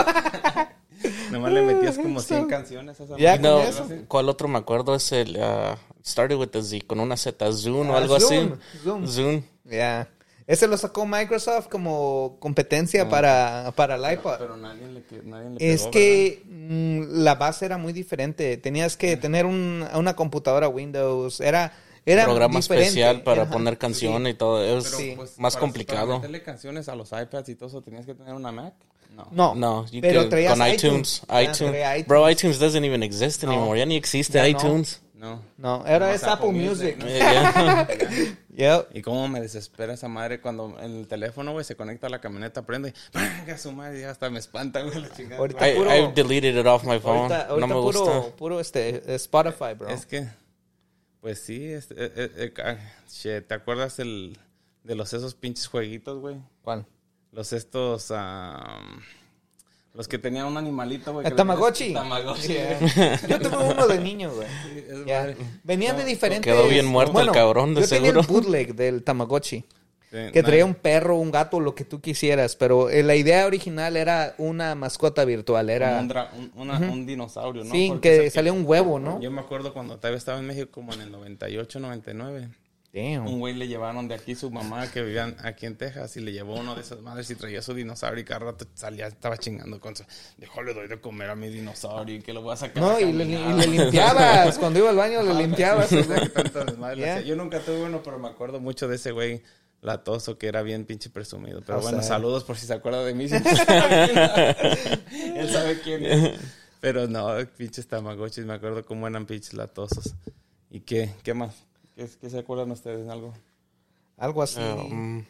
[SPEAKER 1] Nomás le metías como 100 canciones a esa
[SPEAKER 2] Ya,
[SPEAKER 1] madre.
[SPEAKER 3] No,
[SPEAKER 2] con eso.
[SPEAKER 3] ¿cuál otro me acuerdo? Es el ah, Started with a Z, con una Z, Zoom o
[SPEAKER 2] Ah,
[SPEAKER 3] algo
[SPEAKER 2] Zoom,
[SPEAKER 3] así.
[SPEAKER 2] Zoom.
[SPEAKER 3] Zoom.
[SPEAKER 2] Ya. Ese lo sacó Microsoft como
[SPEAKER 3] Ah.
[SPEAKER 2] competencia para, para el iPod.
[SPEAKER 1] Pero nadie le, que- nadie le
[SPEAKER 2] Es
[SPEAKER 1] pegó,
[SPEAKER 2] que mm, la base era muy diferente. Tenías
[SPEAKER 1] Mm.
[SPEAKER 2] que tener un- una computadora Windows. Era, era
[SPEAKER 3] programa
[SPEAKER 2] diferente.
[SPEAKER 3] especial para
[SPEAKER 2] Ajá.
[SPEAKER 3] poner canciones y todo. Es
[SPEAKER 1] ¿verdad? Pero, pues,
[SPEAKER 3] más
[SPEAKER 1] para- Para
[SPEAKER 3] complicado.
[SPEAKER 1] meterle canciones a los iPads y todo eso, ¿tenías que tener una Mac? No.
[SPEAKER 2] No,
[SPEAKER 3] No, you
[SPEAKER 2] pero
[SPEAKER 3] could-
[SPEAKER 2] traías
[SPEAKER 3] con iTunes,
[SPEAKER 2] Ah,
[SPEAKER 3] iTunes.
[SPEAKER 2] traía iTunes.
[SPEAKER 3] Bro, iTunes doesn't even exist anymore. Ya ni existe
[SPEAKER 2] Ya no.
[SPEAKER 3] iTunes.
[SPEAKER 1] No.
[SPEAKER 2] No, ahora
[SPEAKER 1] Nomás
[SPEAKER 2] es Apple Music.
[SPEAKER 1] ¿no?
[SPEAKER 3] Eh, ya.
[SPEAKER 2] Yep.
[SPEAKER 1] Y cómo me desespera esa madre cuando el teléfono, güey, se conecta a la camioneta, prende y ¡venga su madre! Y hasta me espanta, güey, la chingada.
[SPEAKER 2] Ahorita
[SPEAKER 3] I,
[SPEAKER 2] puro-
[SPEAKER 3] I've deleted it off my phone.
[SPEAKER 2] Ahorita, ahorita
[SPEAKER 3] no me
[SPEAKER 2] puro,
[SPEAKER 3] gusta.
[SPEAKER 2] puro este, eh, Spotify, bro.
[SPEAKER 1] Es que, pues sí, es- eh, eh, eh, ah, shit, ¿te acuerdas el, de los esos pinches jueguitos, güey?
[SPEAKER 2] ¿Cuál?
[SPEAKER 1] Los estos, am, los que tenían un animalito, güey.
[SPEAKER 2] El
[SPEAKER 1] que le-
[SPEAKER 2] Tamagotchi.
[SPEAKER 1] Tamagotchi. eh.
[SPEAKER 2] Yeah. Oh, eh. Yo tuve uno de niño, güey.
[SPEAKER 1] es
[SPEAKER 2] Ya.
[SPEAKER 1] madre.
[SPEAKER 2] Venían de diferentes...
[SPEAKER 3] quedó bien muerto el cabrón, de
[SPEAKER 2] yo tenía el
[SPEAKER 3] seguro.
[SPEAKER 2] bootleg del Tamagotchi.
[SPEAKER 1] Sí,
[SPEAKER 2] Que
[SPEAKER 1] no,
[SPEAKER 2] traía un perro, un gato, lo que tú quisieras. Pero eh, la idea original era una mascota virtual.
[SPEAKER 1] como
[SPEAKER 2] Era...
[SPEAKER 1] un, dra- un- una- un dinosaurio, ¿no?
[SPEAKER 2] sí,
[SPEAKER 1] Porque
[SPEAKER 2] que
[SPEAKER 1] ese-
[SPEAKER 2] salía un huevo, ¿no?
[SPEAKER 1] Yo me acuerdo cuando todavía estaba en México, como en el 98, 99. Un
[SPEAKER 2] Damn.
[SPEAKER 1] güey le llevaron de aquí su mamá que vivían aquí en Texas y le llevó uno de esas madres y traía su dinosaurio y cada rato salía, estaba chingando con su. Dejó, le doy de comer a mi dinosaurio y que lo voy a sacar. a
[SPEAKER 2] No, y le,
[SPEAKER 1] caminar".
[SPEAKER 2] y le limpiabas. Cuando iba al baño le limpiabas.
[SPEAKER 1] O sea, que tanto desmadre le
[SPEAKER 2] Yeah.
[SPEAKER 1] hacía. Yo nunca tuve uno, pero me acuerdo mucho de ese güey latoso que era bien pinche presumido. Pero
[SPEAKER 2] O
[SPEAKER 1] bueno,
[SPEAKER 2] sea.
[SPEAKER 1] saludos por si se acuerda de mí. si no sabe quién- Él sabe quién es. Pero no, pinches tamagotchis, me acuerdo cómo eran pinches latosos. ¿Y qué? ¿Qué más? ¿Qué, qué se acuerdan ustedes en algo?
[SPEAKER 2] Algo así.
[SPEAKER 1] Ah, mm,
[SPEAKER 3] Um,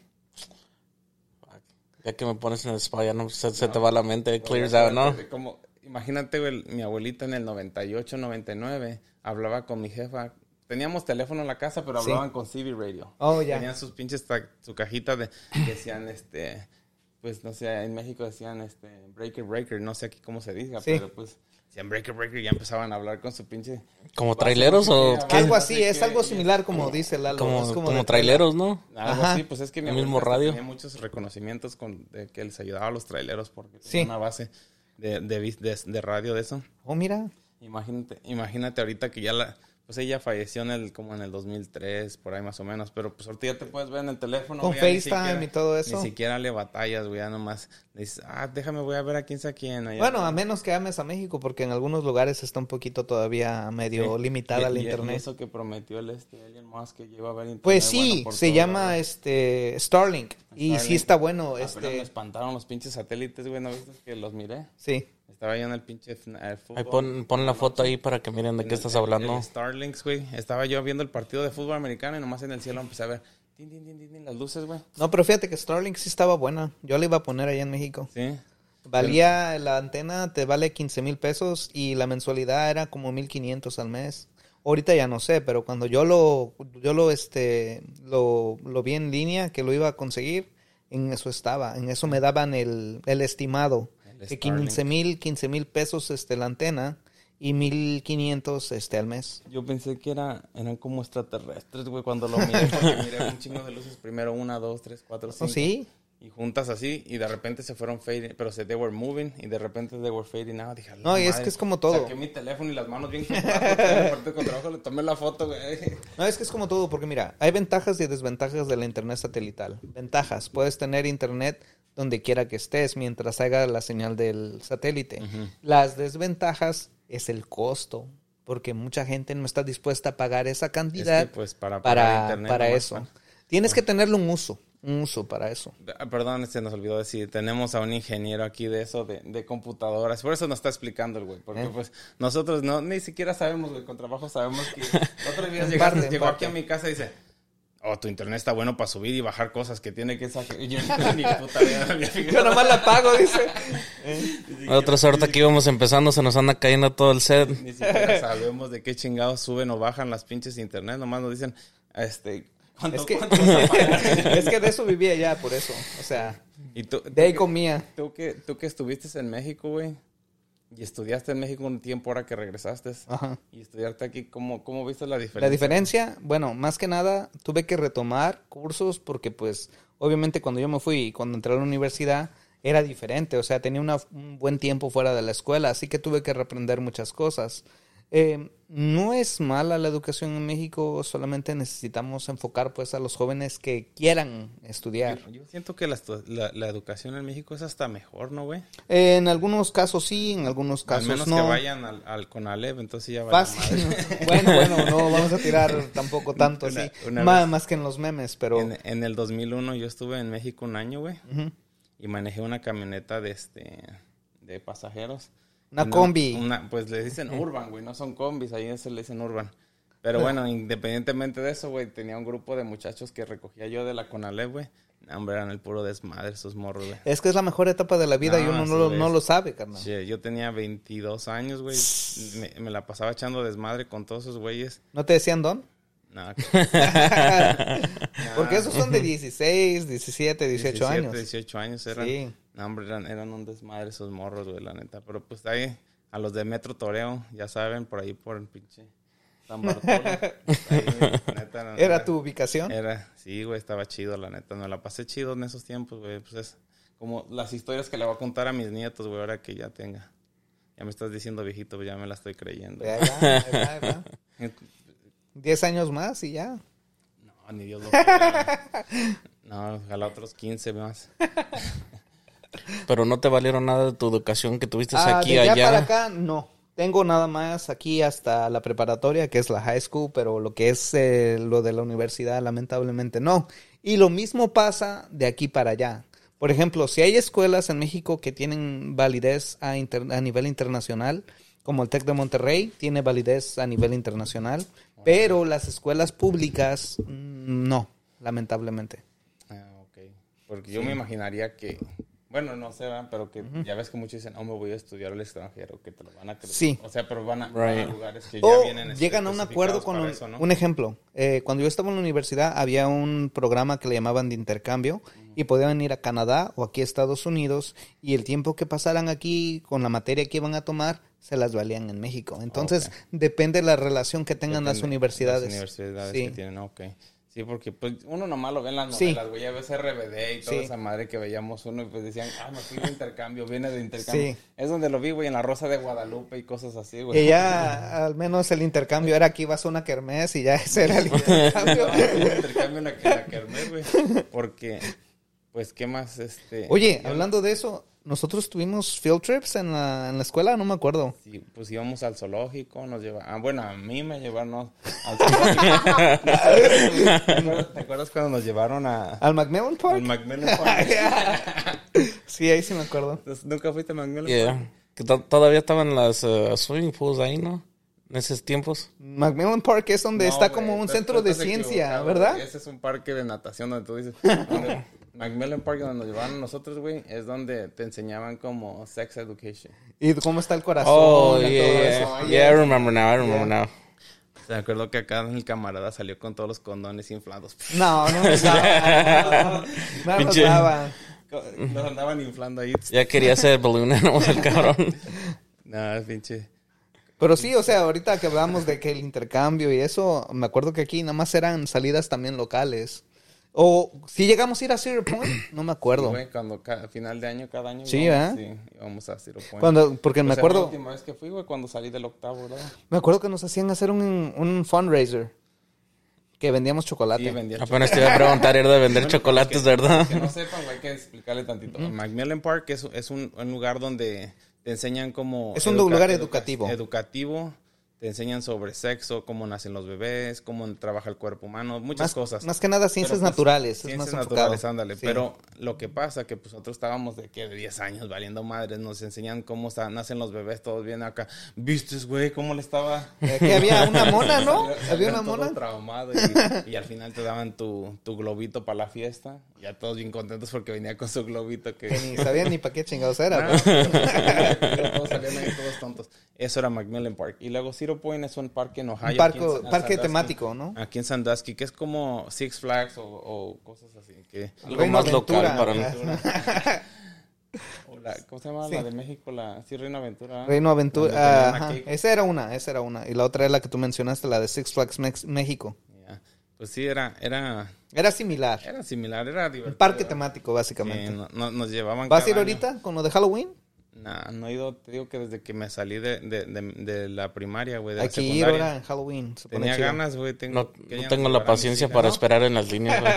[SPEAKER 3] fuck. ya que me pones en el spa, ya no se, se te va la mente, it clears out, ¿no?
[SPEAKER 1] Como, imagínate, güey, mi abuelita en el 98, 99, hablaba con mi jefa. Teníamos teléfono en la casa, pero
[SPEAKER 2] Sí.
[SPEAKER 1] hablaban con CB Radio.
[SPEAKER 2] Oh, ya.
[SPEAKER 1] Tenían sus pinches, ta- su cajita de, decían, este, pues, no sé, en México decían, este, Breaker Breaker, no sé aquí cómo se diga,
[SPEAKER 2] Sí.
[SPEAKER 1] pero pues, decían Breaker Breaker y ya empezaban a hablar con su pinche...
[SPEAKER 3] ¿Como traileros o
[SPEAKER 1] Vas a-
[SPEAKER 3] qué?
[SPEAKER 2] Algo
[SPEAKER 1] no
[SPEAKER 2] así.
[SPEAKER 1] sé
[SPEAKER 2] Es
[SPEAKER 1] qué-
[SPEAKER 2] algo similar como dice el
[SPEAKER 3] Como,
[SPEAKER 2] es
[SPEAKER 3] como,
[SPEAKER 2] como de-
[SPEAKER 3] traileros, ¿no?
[SPEAKER 1] Algo
[SPEAKER 2] Ajá.
[SPEAKER 1] así, pues es que mi
[SPEAKER 3] El mismo
[SPEAKER 1] abuelita
[SPEAKER 3] radio.
[SPEAKER 1] tenía muchos reconocimientos con, de que les ayudaba a los traileros porque
[SPEAKER 2] Sí.
[SPEAKER 1] tenía una base de, de, vis- de- de radio de eso.
[SPEAKER 2] Oh, mira.
[SPEAKER 1] Imagínate, imagínate ahorita que ya la... Pues ella falleció en el, como en el 2003, por ahí más o menos. Pero pues ahorita ya te puedes ver en el teléfono.
[SPEAKER 2] Con
[SPEAKER 1] güey, ya ni
[SPEAKER 2] FaceTime
[SPEAKER 1] siquiera-
[SPEAKER 2] y todo eso.
[SPEAKER 1] Ni siquiera le batallas, güey. Ya nomás le dices, ah, déjame, voy a ver a quién sea quién. allá".
[SPEAKER 2] Bueno, a menos que ames a México, porque en algunos lugares está un poquito todavía medio
[SPEAKER 1] Sí.
[SPEAKER 2] limitada
[SPEAKER 1] Y-
[SPEAKER 2] la
[SPEAKER 1] y- y
[SPEAKER 2] internet.
[SPEAKER 1] eso que prometió el este Elon Musk que lleva a haber internet.
[SPEAKER 2] pues sí,
[SPEAKER 1] bueno, por
[SPEAKER 2] se
[SPEAKER 1] todo
[SPEAKER 2] llama
[SPEAKER 1] lado.
[SPEAKER 2] este Starlink, y sí
[SPEAKER 1] Starlink. Ah,
[SPEAKER 2] está bueno
[SPEAKER 1] Apenas me
[SPEAKER 2] este
[SPEAKER 1] espantaron los pinches satélites, güey. ¿No viste que los miré?
[SPEAKER 2] sí.
[SPEAKER 1] Estaba yo en el pinche fna- el fútbol.
[SPEAKER 3] Ahí pon, pon la foto ahí para que miren de
[SPEAKER 1] En
[SPEAKER 3] qué
[SPEAKER 1] el-
[SPEAKER 3] estás
[SPEAKER 1] en-
[SPEAKER 3] hablando.
[SPEAKER 1] en Starlinks, güey. Estaba yo viendo el partido de fútbol americano y nomás en el cielo empecé a ver tin, tin, tin, tin, tin, las luces, güey.
[SPEAKER 2] No, pero fíjate que Starlink sí estaba buena. Yo la iba a poner allá en México.
[SPEAKER 1] Sí.
[SPEAKER 2] Valía la antena, te vale 15 mil pesos y la mensualidad era como 1500 al mes. Ahorita ya no sé, pero cuando yo lo, yo lo, este, lo, lo vi en línea, que lo iba a conseguir, en eso estaba, en eso me daban el, el estimado,
[SPEAKER 1] El
[SPEAKER 2] de
[SPEAKER 1] Starlink.
[SPEAKER 2] 15 mil, 15 mil pesos este, la antena y 1500 este, al mes.
[SPEAKER 1] Yo pensé que era, eran como extraterrestres, güey, cuando lo miré. Porque miré un chingo de luces. Primero una, dos, tres, cuatro,
[SPEAKER 2] ¿Oh,
[SPEAKER 1] cinco.
[SPEAKER 2] sí?
[SPEAKER 1] Y juntas así y de repente se fueron fading. Pero se, they were moving y de repente they were fading out. Dije, "La
[SPEAKER 2] No, y es que es como todo.
[SPEAKER 1] Saqué mi teléfono y las manos bien juntadas. porque aparte con trabajo le tomé la foto, güey.
[SPEAKER 2] No, es que es como todo, porque mira, hay ventajas y desventajas de la internet satelital. Ventajas, puedes tener internet donde quiera que estés mientras haga la señal del satélite. Las desventajas es el costo, porque mucha gente no está dispuesta a pagar esa
[SPEAKER 1] Es
[SPEAKER 2] cantidad
[SPEAKER 1] que, pues, para,
[SPEAKER 2] para,
[SPEAKER 1] pagar internet
[SPEAKER 2] para
[SPEAKER 1] nomás
[SPEAKER 2] eso.
[SPEAKER 1] pa-
[SPEAKER 2] Tienes que tenerle un uso. un uso para eso.
[SPEAKER 1] Ah, Perdón, se nos olvidó decir, tenemos a un ingeniero aquí de eso, de, de computadoras. Por eso nos está explicando el güey,
[SPEAKER 2] Eh.
[SPEAKER 1] porque pues nosotros no, ni siquiera sabemos, güey, con trabajo sabemos que... Otros días
[SPEAKER 2] En
[SPEAKER 1] llegaste,
[SPEAKER 2] parte, en
[SPEAKER 1] llegó
[SPEAKER 2] parte.
[SPEAKER 1] aquí a mi casa y dice, oh, tu internet está bueno para subir y bajar cosas que tiene que sacar. Y yo ni puta idea, había fijado.
[SPEAKER 2] Yo nomás la pago, dice.
[SPEAKER 3] Otra suerte que íbamos empezando, se nos anda cayendo todo el set.
[SPEAKER 1] Ni siquiera sabemos de qué chingados suben o bajan las pinches internet, nomás nos dicen, este... ¿Cuánto,
[SPEAKER 2] Es que,
[SPEAKER 1] cuánto se paga?
[SPEAKER 2] es que de eso vivía ya, por eso. O sea,
[SPEAKER 1] Y tú,
[SPEAKER 2] de ahí comía.
[SPEAKER 1] Tú que, tú que estuviste en México, güey, y estudiaste en México un tiempo ahora que regresaste,
[SPEAKER 2] Ajá.
[SPEAKER 1] y estudiarte aquí, ¿cómo, cómo viste la diferencia?
[SPEAKER 2] La diferencia, bueno, más que nada tuve que retomar cursos porque pues obviamente cuando yo me fui y cuando entré a la universidad era diferente, o sea, tenía una- un buen tiempo fuera de la escuela, así que tuve que reaprender muchas cosas. Eh, no es mala la educación en México, solamente necesitamos enfocar pues a los jóvenes que quieran estudiar.
[SPEAKER 1] Yo, yo siento que la, estu- la- la educación en México es hasta mejor, ¿no, güey?
[SPEAKER 2] En algunos casos sí, en algunos
[SPEAKER 1] Al
[SPEAKER 2] casos
[SPEAKER 1] menos
[SPEAKER 2] no.
[SPEAKER 1] que vayan al, al Conalep, entonces ya vale
[SPEAKER 2] Fácil.
[SPEAKER 1] madre.
[SPEAKER 2] bueno, bueno, no vamos a tirar tampoco tanto
[SPEAKER 1] Una-
[SPEAKER 2] así.
[SPEAKER 1] una
[SPEAKER 2] Ma-
[SPEAKER 1] vez.
[SPEAKER 2] Más que en los memes, pero...
[SPEAKER 1] En, en el 2001 yo estuve en México un año, güey,
[SPEAKER 2] Ujú.
[SPEAKER 1] y manejé una camioneta de, este, de pasajeros.
[SPEAKER 2] Una
[SPEAKER 1] Y no-
[SPEAKER 2] combi.
[SPEAKER 1] una- pues le dicen urban, güey, no son combis, ahí se le dicen urban. Pero bueno, independientemente de eso, güey, tenía un grupo de muchachos que recogía yo de la Conalep, güey. No, hombre, eran el puro desmadre esos morros, güey.
[SPEAKER 2] Es que es la mejor etapa de la vida y
[SPEAKER 1] No,
[SPEAKER 2] uno
[SPEAKER 1] así
[SPEAKER 2] no lo,
[SPEAKER 1] es.
[SPEAKER 2] no lo sabe, carnal.
[SPEAKER 1] Che, yo tenía 22 años, güey. Me, me la pasaba echando desmadre con todos esos güeyes.
[SPEAKER 2] ¿No te decían don?
[SPEAKER 1] No, que- Ah.
[SPEAKER 2] Porque esos son de 16, 17, 18
[SPEAKER 1] 17,
[SPEAKER 2] años.
[SPEAKER 1] 18 años eran.
[SPEAKER 2] Sí.
[SPEAKER 1] No, hombre, eran, eran un desmadre esos morros, güey, la neta. Pero pues ahí, a los de Metro Toreo, ya saben, por ahí por el pinche San Bartolo. Pues, Ahí, neta, no-
[SPEAKER 2] ¿Era tu ubicación?
[SPEAKER 1] Era, sí, güey, estaba chido, la neta. Me la pasé chido en esos tiempos, güey. Pues es como las historias que le voy a contar a mis nietos, güey, ahora que ya tenga. Ya me estás diciendo viejito, ya me la estoy creyendo.
[SPEAKER 2] Ahí va, ahí va, ahí va. 10 años más y ya.
[SPEAKER 1] No, ni Dios lo quiera. No, ojalá otros 15 más.
[SPEAKER 3] Pero no te valieron nada de tu educación que tuviste
[SPEAKER 2] Ah,
[SPEAKER 3] aquí,
[SPEAKER 2] de allá para
[SPEAKER 3] allá.
[SPEAKER 2] acá, no. Tengo nada más aquí hasta la preparatoria, que es la high school, pero lo que es eh, lo de la universidad, lamentablemente no. Y lo mismo pasa de aquí para allá. Por ejemplo, si hay escuelas en México que tienen validez a, inter- a nivel internacional, como el TEC de Monterrey, tiene validez a nivel internacional, pero las escuelas públicas mm, no, lamentablemente.
[SPEAKER 1] Ah, ok. Porque yo me imaginaría que, bueno, no sé, ¿verdad? pero que ya ves que muchos dicen, oh, me voy a estudiar al extranjero, que te lo van a creer.
[SPEAKER 2] Sí.
[SPEAKER 1] O sea, pero van a, van a
[SPEAKER 3] Right.
[SPEAKER 1] lugares que ya
[SPEAKER 2] O
[SPEAKER 1] vienen. este,
[SPEAKER 2] llegan a un acuerdo
[SPEAKER 1] especificados
[SPEAKER 2] con
[SPEAKER 1] para
[SPEAKER 2] un,
[SPEAKER 1] eso, ¿no?
[SPEAKER 2] un ejemplo. Eh, cuando yo estaba en la universidad había un programa que le llamaban de intercambio y podían ir a Canadá o aquí a Estados Unidos y el tiempo que pasaran aquí con la materia que iban a tomar se las valían en México. Entonces
[SPEAKER 1] Ah, Ok.
[SPEAKER 2] depende la relación que tengan las
[SPEAKER 1] Depende,
[SPEAKER 2] universidades.
[SPEAKER 1] Las universidades
[SPEAKER 2] Sí.
[SPEAKER 1] que tienen, ok. Sí, porque pues uno nomás lo ve en las
[SPEAKER 2] Sí.
[SPEAKER 1] novelas, güey. Ya ves RBD y toda
[SPEAKER 2] Sí.
[SPEAKER 1] esa madre que veíamos uno y pues decían, ah, me fui de intercambio, viene de intercambio.
[SPEAKER 2] Sí.
[SPEAKER 1] Es donde lo vi, güey, en La Rosa de Guadalupe y cosas así, güey.
[SPEAKER 2] Que ya al menos el intercambio era que ibas a una kermés y ya ese era el intercambio.
[SPEAKER 1] No, el Ah, intercambio en la que la Kermés, güey. Porque, pues, ¿qué más? Este,
[SPEAKER 2] Oye,
[SPEAKER 1] yo-
[SPEAKER 2] hablando de eso, nosotros tuvimos field trips en la, en la escuela, no me acuerdo.
[SPEAKER 1] Sí, pues íbamos al zoológico, nos lleva, ah, bueno, a mí me llevaron al zoológico. ¿Te acuerdas- ¿Te acuerdas cuando nos llevaron a,
[SPEAKER 2] ¿Al McMillan Park?
[SPEAKER 1] al Macmillan Park?
[SPEAKER 2] Sí, ahí sí me acuerdo.
[SPEAKER 1] Entonces, ¿Nunca fuiste a Macmillan Park?
[SPEAKER 3] Yeah. Que to- todavía estaban las eh, swimming pools ahí, ¿no? En esos tiempos.
[SPEAKER 2] Macmillan Park es donde
[SPEAKER 1] No,
[SPEAKER 2] está
[SPEAKER 1] güey,
[SPEAKER 2] como un
[SPEAKER 1] tú-
[SPEAKER 2] centro
[SPEAKER 1] tú
[SPEAKER 2] de
[SPEAKER 1] estás
[SPEAKER 2] ciencia,
[SPEAKER 1] equivocado,
[SPEAKER 2] ¿verdad?
[SPEAKER 1] güey. Ese es un parque de natación donde tú dices. donde Macmillan Park, donde nos llevaron nosotros, güey, es donde te enseñaban como sex education.
[SPEAKER 2] Y cómo está el corazón.
[SPEAKER 3] Oh,
[SPEAKER 2] y todo eso.
[SPEAKER 3] yeah.
[SPEAKER 2] Ay,
[SPEAKER 3] Yeah, I remember now, I remember now.
[SPEAKER 1] Me acuerdo que acá el camarada salió con todos los condones inflados.
[SPEAKER 2] No, no nos daban. No nos
[SPEAKER 3] Pinche-
[SPEAKER 2] daban.
[SPEAKER 1] Los andaban inflando ahí.
[SPEAKER 3] Ya quería ser balloon animal, el cabrón.
[SPEAKER 1] No, pinche.
[SPEAKER 2] Pero sí, o sea, ahorita que hablamos de que el intercambio y eso, me acuerdo que aquí nada más eran salidas también locales. O si llegamos a ir a Cedar Point, no me acuerdo.
[SPEAKER 1] Güey, cuando ca- a final de año, cada año.
[SPEAKER 2] Sí,
[SPEAKER 1] íbamos,
[SPEAKER 2] ¿verdad?
[SPEAKER 1] Sí, íbamos a Zero Point.
[SPEAKER 2] Cuando, porque
[SPEAKER 1] O
[SPEAKER 2] me
[SPEAKER 1] sea, La
[SPEAKER 2] acuerdo,
[SPEAKER 1] última vez que fui, güey, cuando salí del octavo, ¿verdad?
[SPEAKER 2] me acuerdo que nos hacían hacer un, un fundraiser. Que vendíamos chocolate.
[SPEAKER 1] Y vendía
[SPEAKER 3] Apenas te iba a preguntar, era de vender chocolates, ¿verdad?
[SPEAKER 1] que no sepan, güey, hay que explicarle tantito. Macmillan Park es, es un, un lugar donde te enseñan como...
[SPEAKER 2] Es un
[SPEAKER 1] educa-
[SPEAKER 2] lugar
[SPEAKER 1] educa-
[SPEAKER 2] educativo.
[SPEAKER 1] Educativo Te enseñan sobre sexo, cómo nacen los bebés, cómo trabaja el cuerpo humano, muchas
[SPEAKER 2] más,
[SPEAKER 1] cosas.
[SPEAKER 2] Más que nada ciencias
[SPEAKER 1] Pero, pues,
[SPEAKER 2] naturales.
[SPEAKER 1] Ciencias
[SPEAKER 2] es más
[SPEAKER 1] naturales,
[SPEAKER 2] enfocado.
[SPEAKER 1] ándale.
[SPEAKER 2] Sí.
[SPEAKER 1] Pero lo que pasa que pues nosotros estábamos de que de 10 años valiendo madres, nos enseñan cómo sa- nacen los bebés, todos bien acá. ¿Viste, güey, cómo le estaba?
[SPEAKER 2] Eh, que había una mona, ¿no? Había una
[SPEAKER 1] Era todo
[SPEAKER 2] mona.
[SPEAKER 1] traumado y, y al final te daban tu, tu globito para la fiesta. Ya todos bien contentos porque venía con su globito que...
[SPEAKER 2] Que ni sabían ni para qué chingados era.
[SPEAKER 1] Nada,
[SPEAKER 2] ¿no?
[SPEAKER 1] todos salían ahí todos tontos. Eso era Macmillan Park. Y luego Zero Point es un parque en Ohio.
[SPEAKER 2] Un parque,
[SPEAKER 1] aquí en San- Ah,
[SPEAKER 2] parque
[SPEAKER 1] Sandusky.
[SPEAKER 2] temático, ¿no?
[SPEAKER 1] Aquí en Sandusky, que es como Six Flags o, o cosas así. Que,
[SPEAKER 3] Algo
[SPEAKER 2] Reino
[SPEAKER 3] más
[SPEAKER 2] Aventura.
[SPEAKER 3] local para mí.
[SPEAKER 1] o la- ¿Cómo se llama
[SPEAKER 2] Sí.
[SPEAKER 1] la de México? La, sí, Reino Aventura.
[SPEAKER 2] Reino
[SPEAKER 1] Donde tenían
[SPEAKER 2] Aventura.
[SPEAKER 1] a
[SPEAKER 2] ajá.
[SPEAKER 1] Keiko.
[SPEAKER 2] Esa era una, esa era una. Y la otra es la que tú mencionaste, la de Six Flags Mex- México.
[SPEAKER 1] Ya. Pues sí, era, era,
[SPEAKER 2] Era similar.
[SPEAKER 1] era similar, era divertido.
[SPEAKER 2] Un parque temático, básicamente.
[SPEAKER 1] Sí, no- no- nos llevaban
[SPEAKER 2] ¿Vas a
[SPEAKER 1] cada
[SPEAKER 2] ir
[SPEAKER 1] año.
[SPEAKER 2] ahorita con lo de Halloween?
[SPEAKER 1] Nah, no he ido, te digo que desde que me salí de, de, de, de la primaria, güey, de
[SPEAKER 2] Hay
[SPEAKER 1] la
[SPEAKER 2] que ir
[SPEAKER 1] secundaria.
[SPEAKER 2] ahora en Halloween. se pone
[SPEAKER 1] Tenía
[SPEAKER 2] chido.
[SPEAKER 1] ganas, güey. Tengo,
[SPEAKER 3] No,
[SPEAKER 1] que ya
[SPEAKER 3] no tengo la
[SPEAKER 1] pagar mis
[SPEAKER 3] paciencia
[SPEAKER 1] hijas.
[SPEAKER 3] para esperar en las líneas, güey.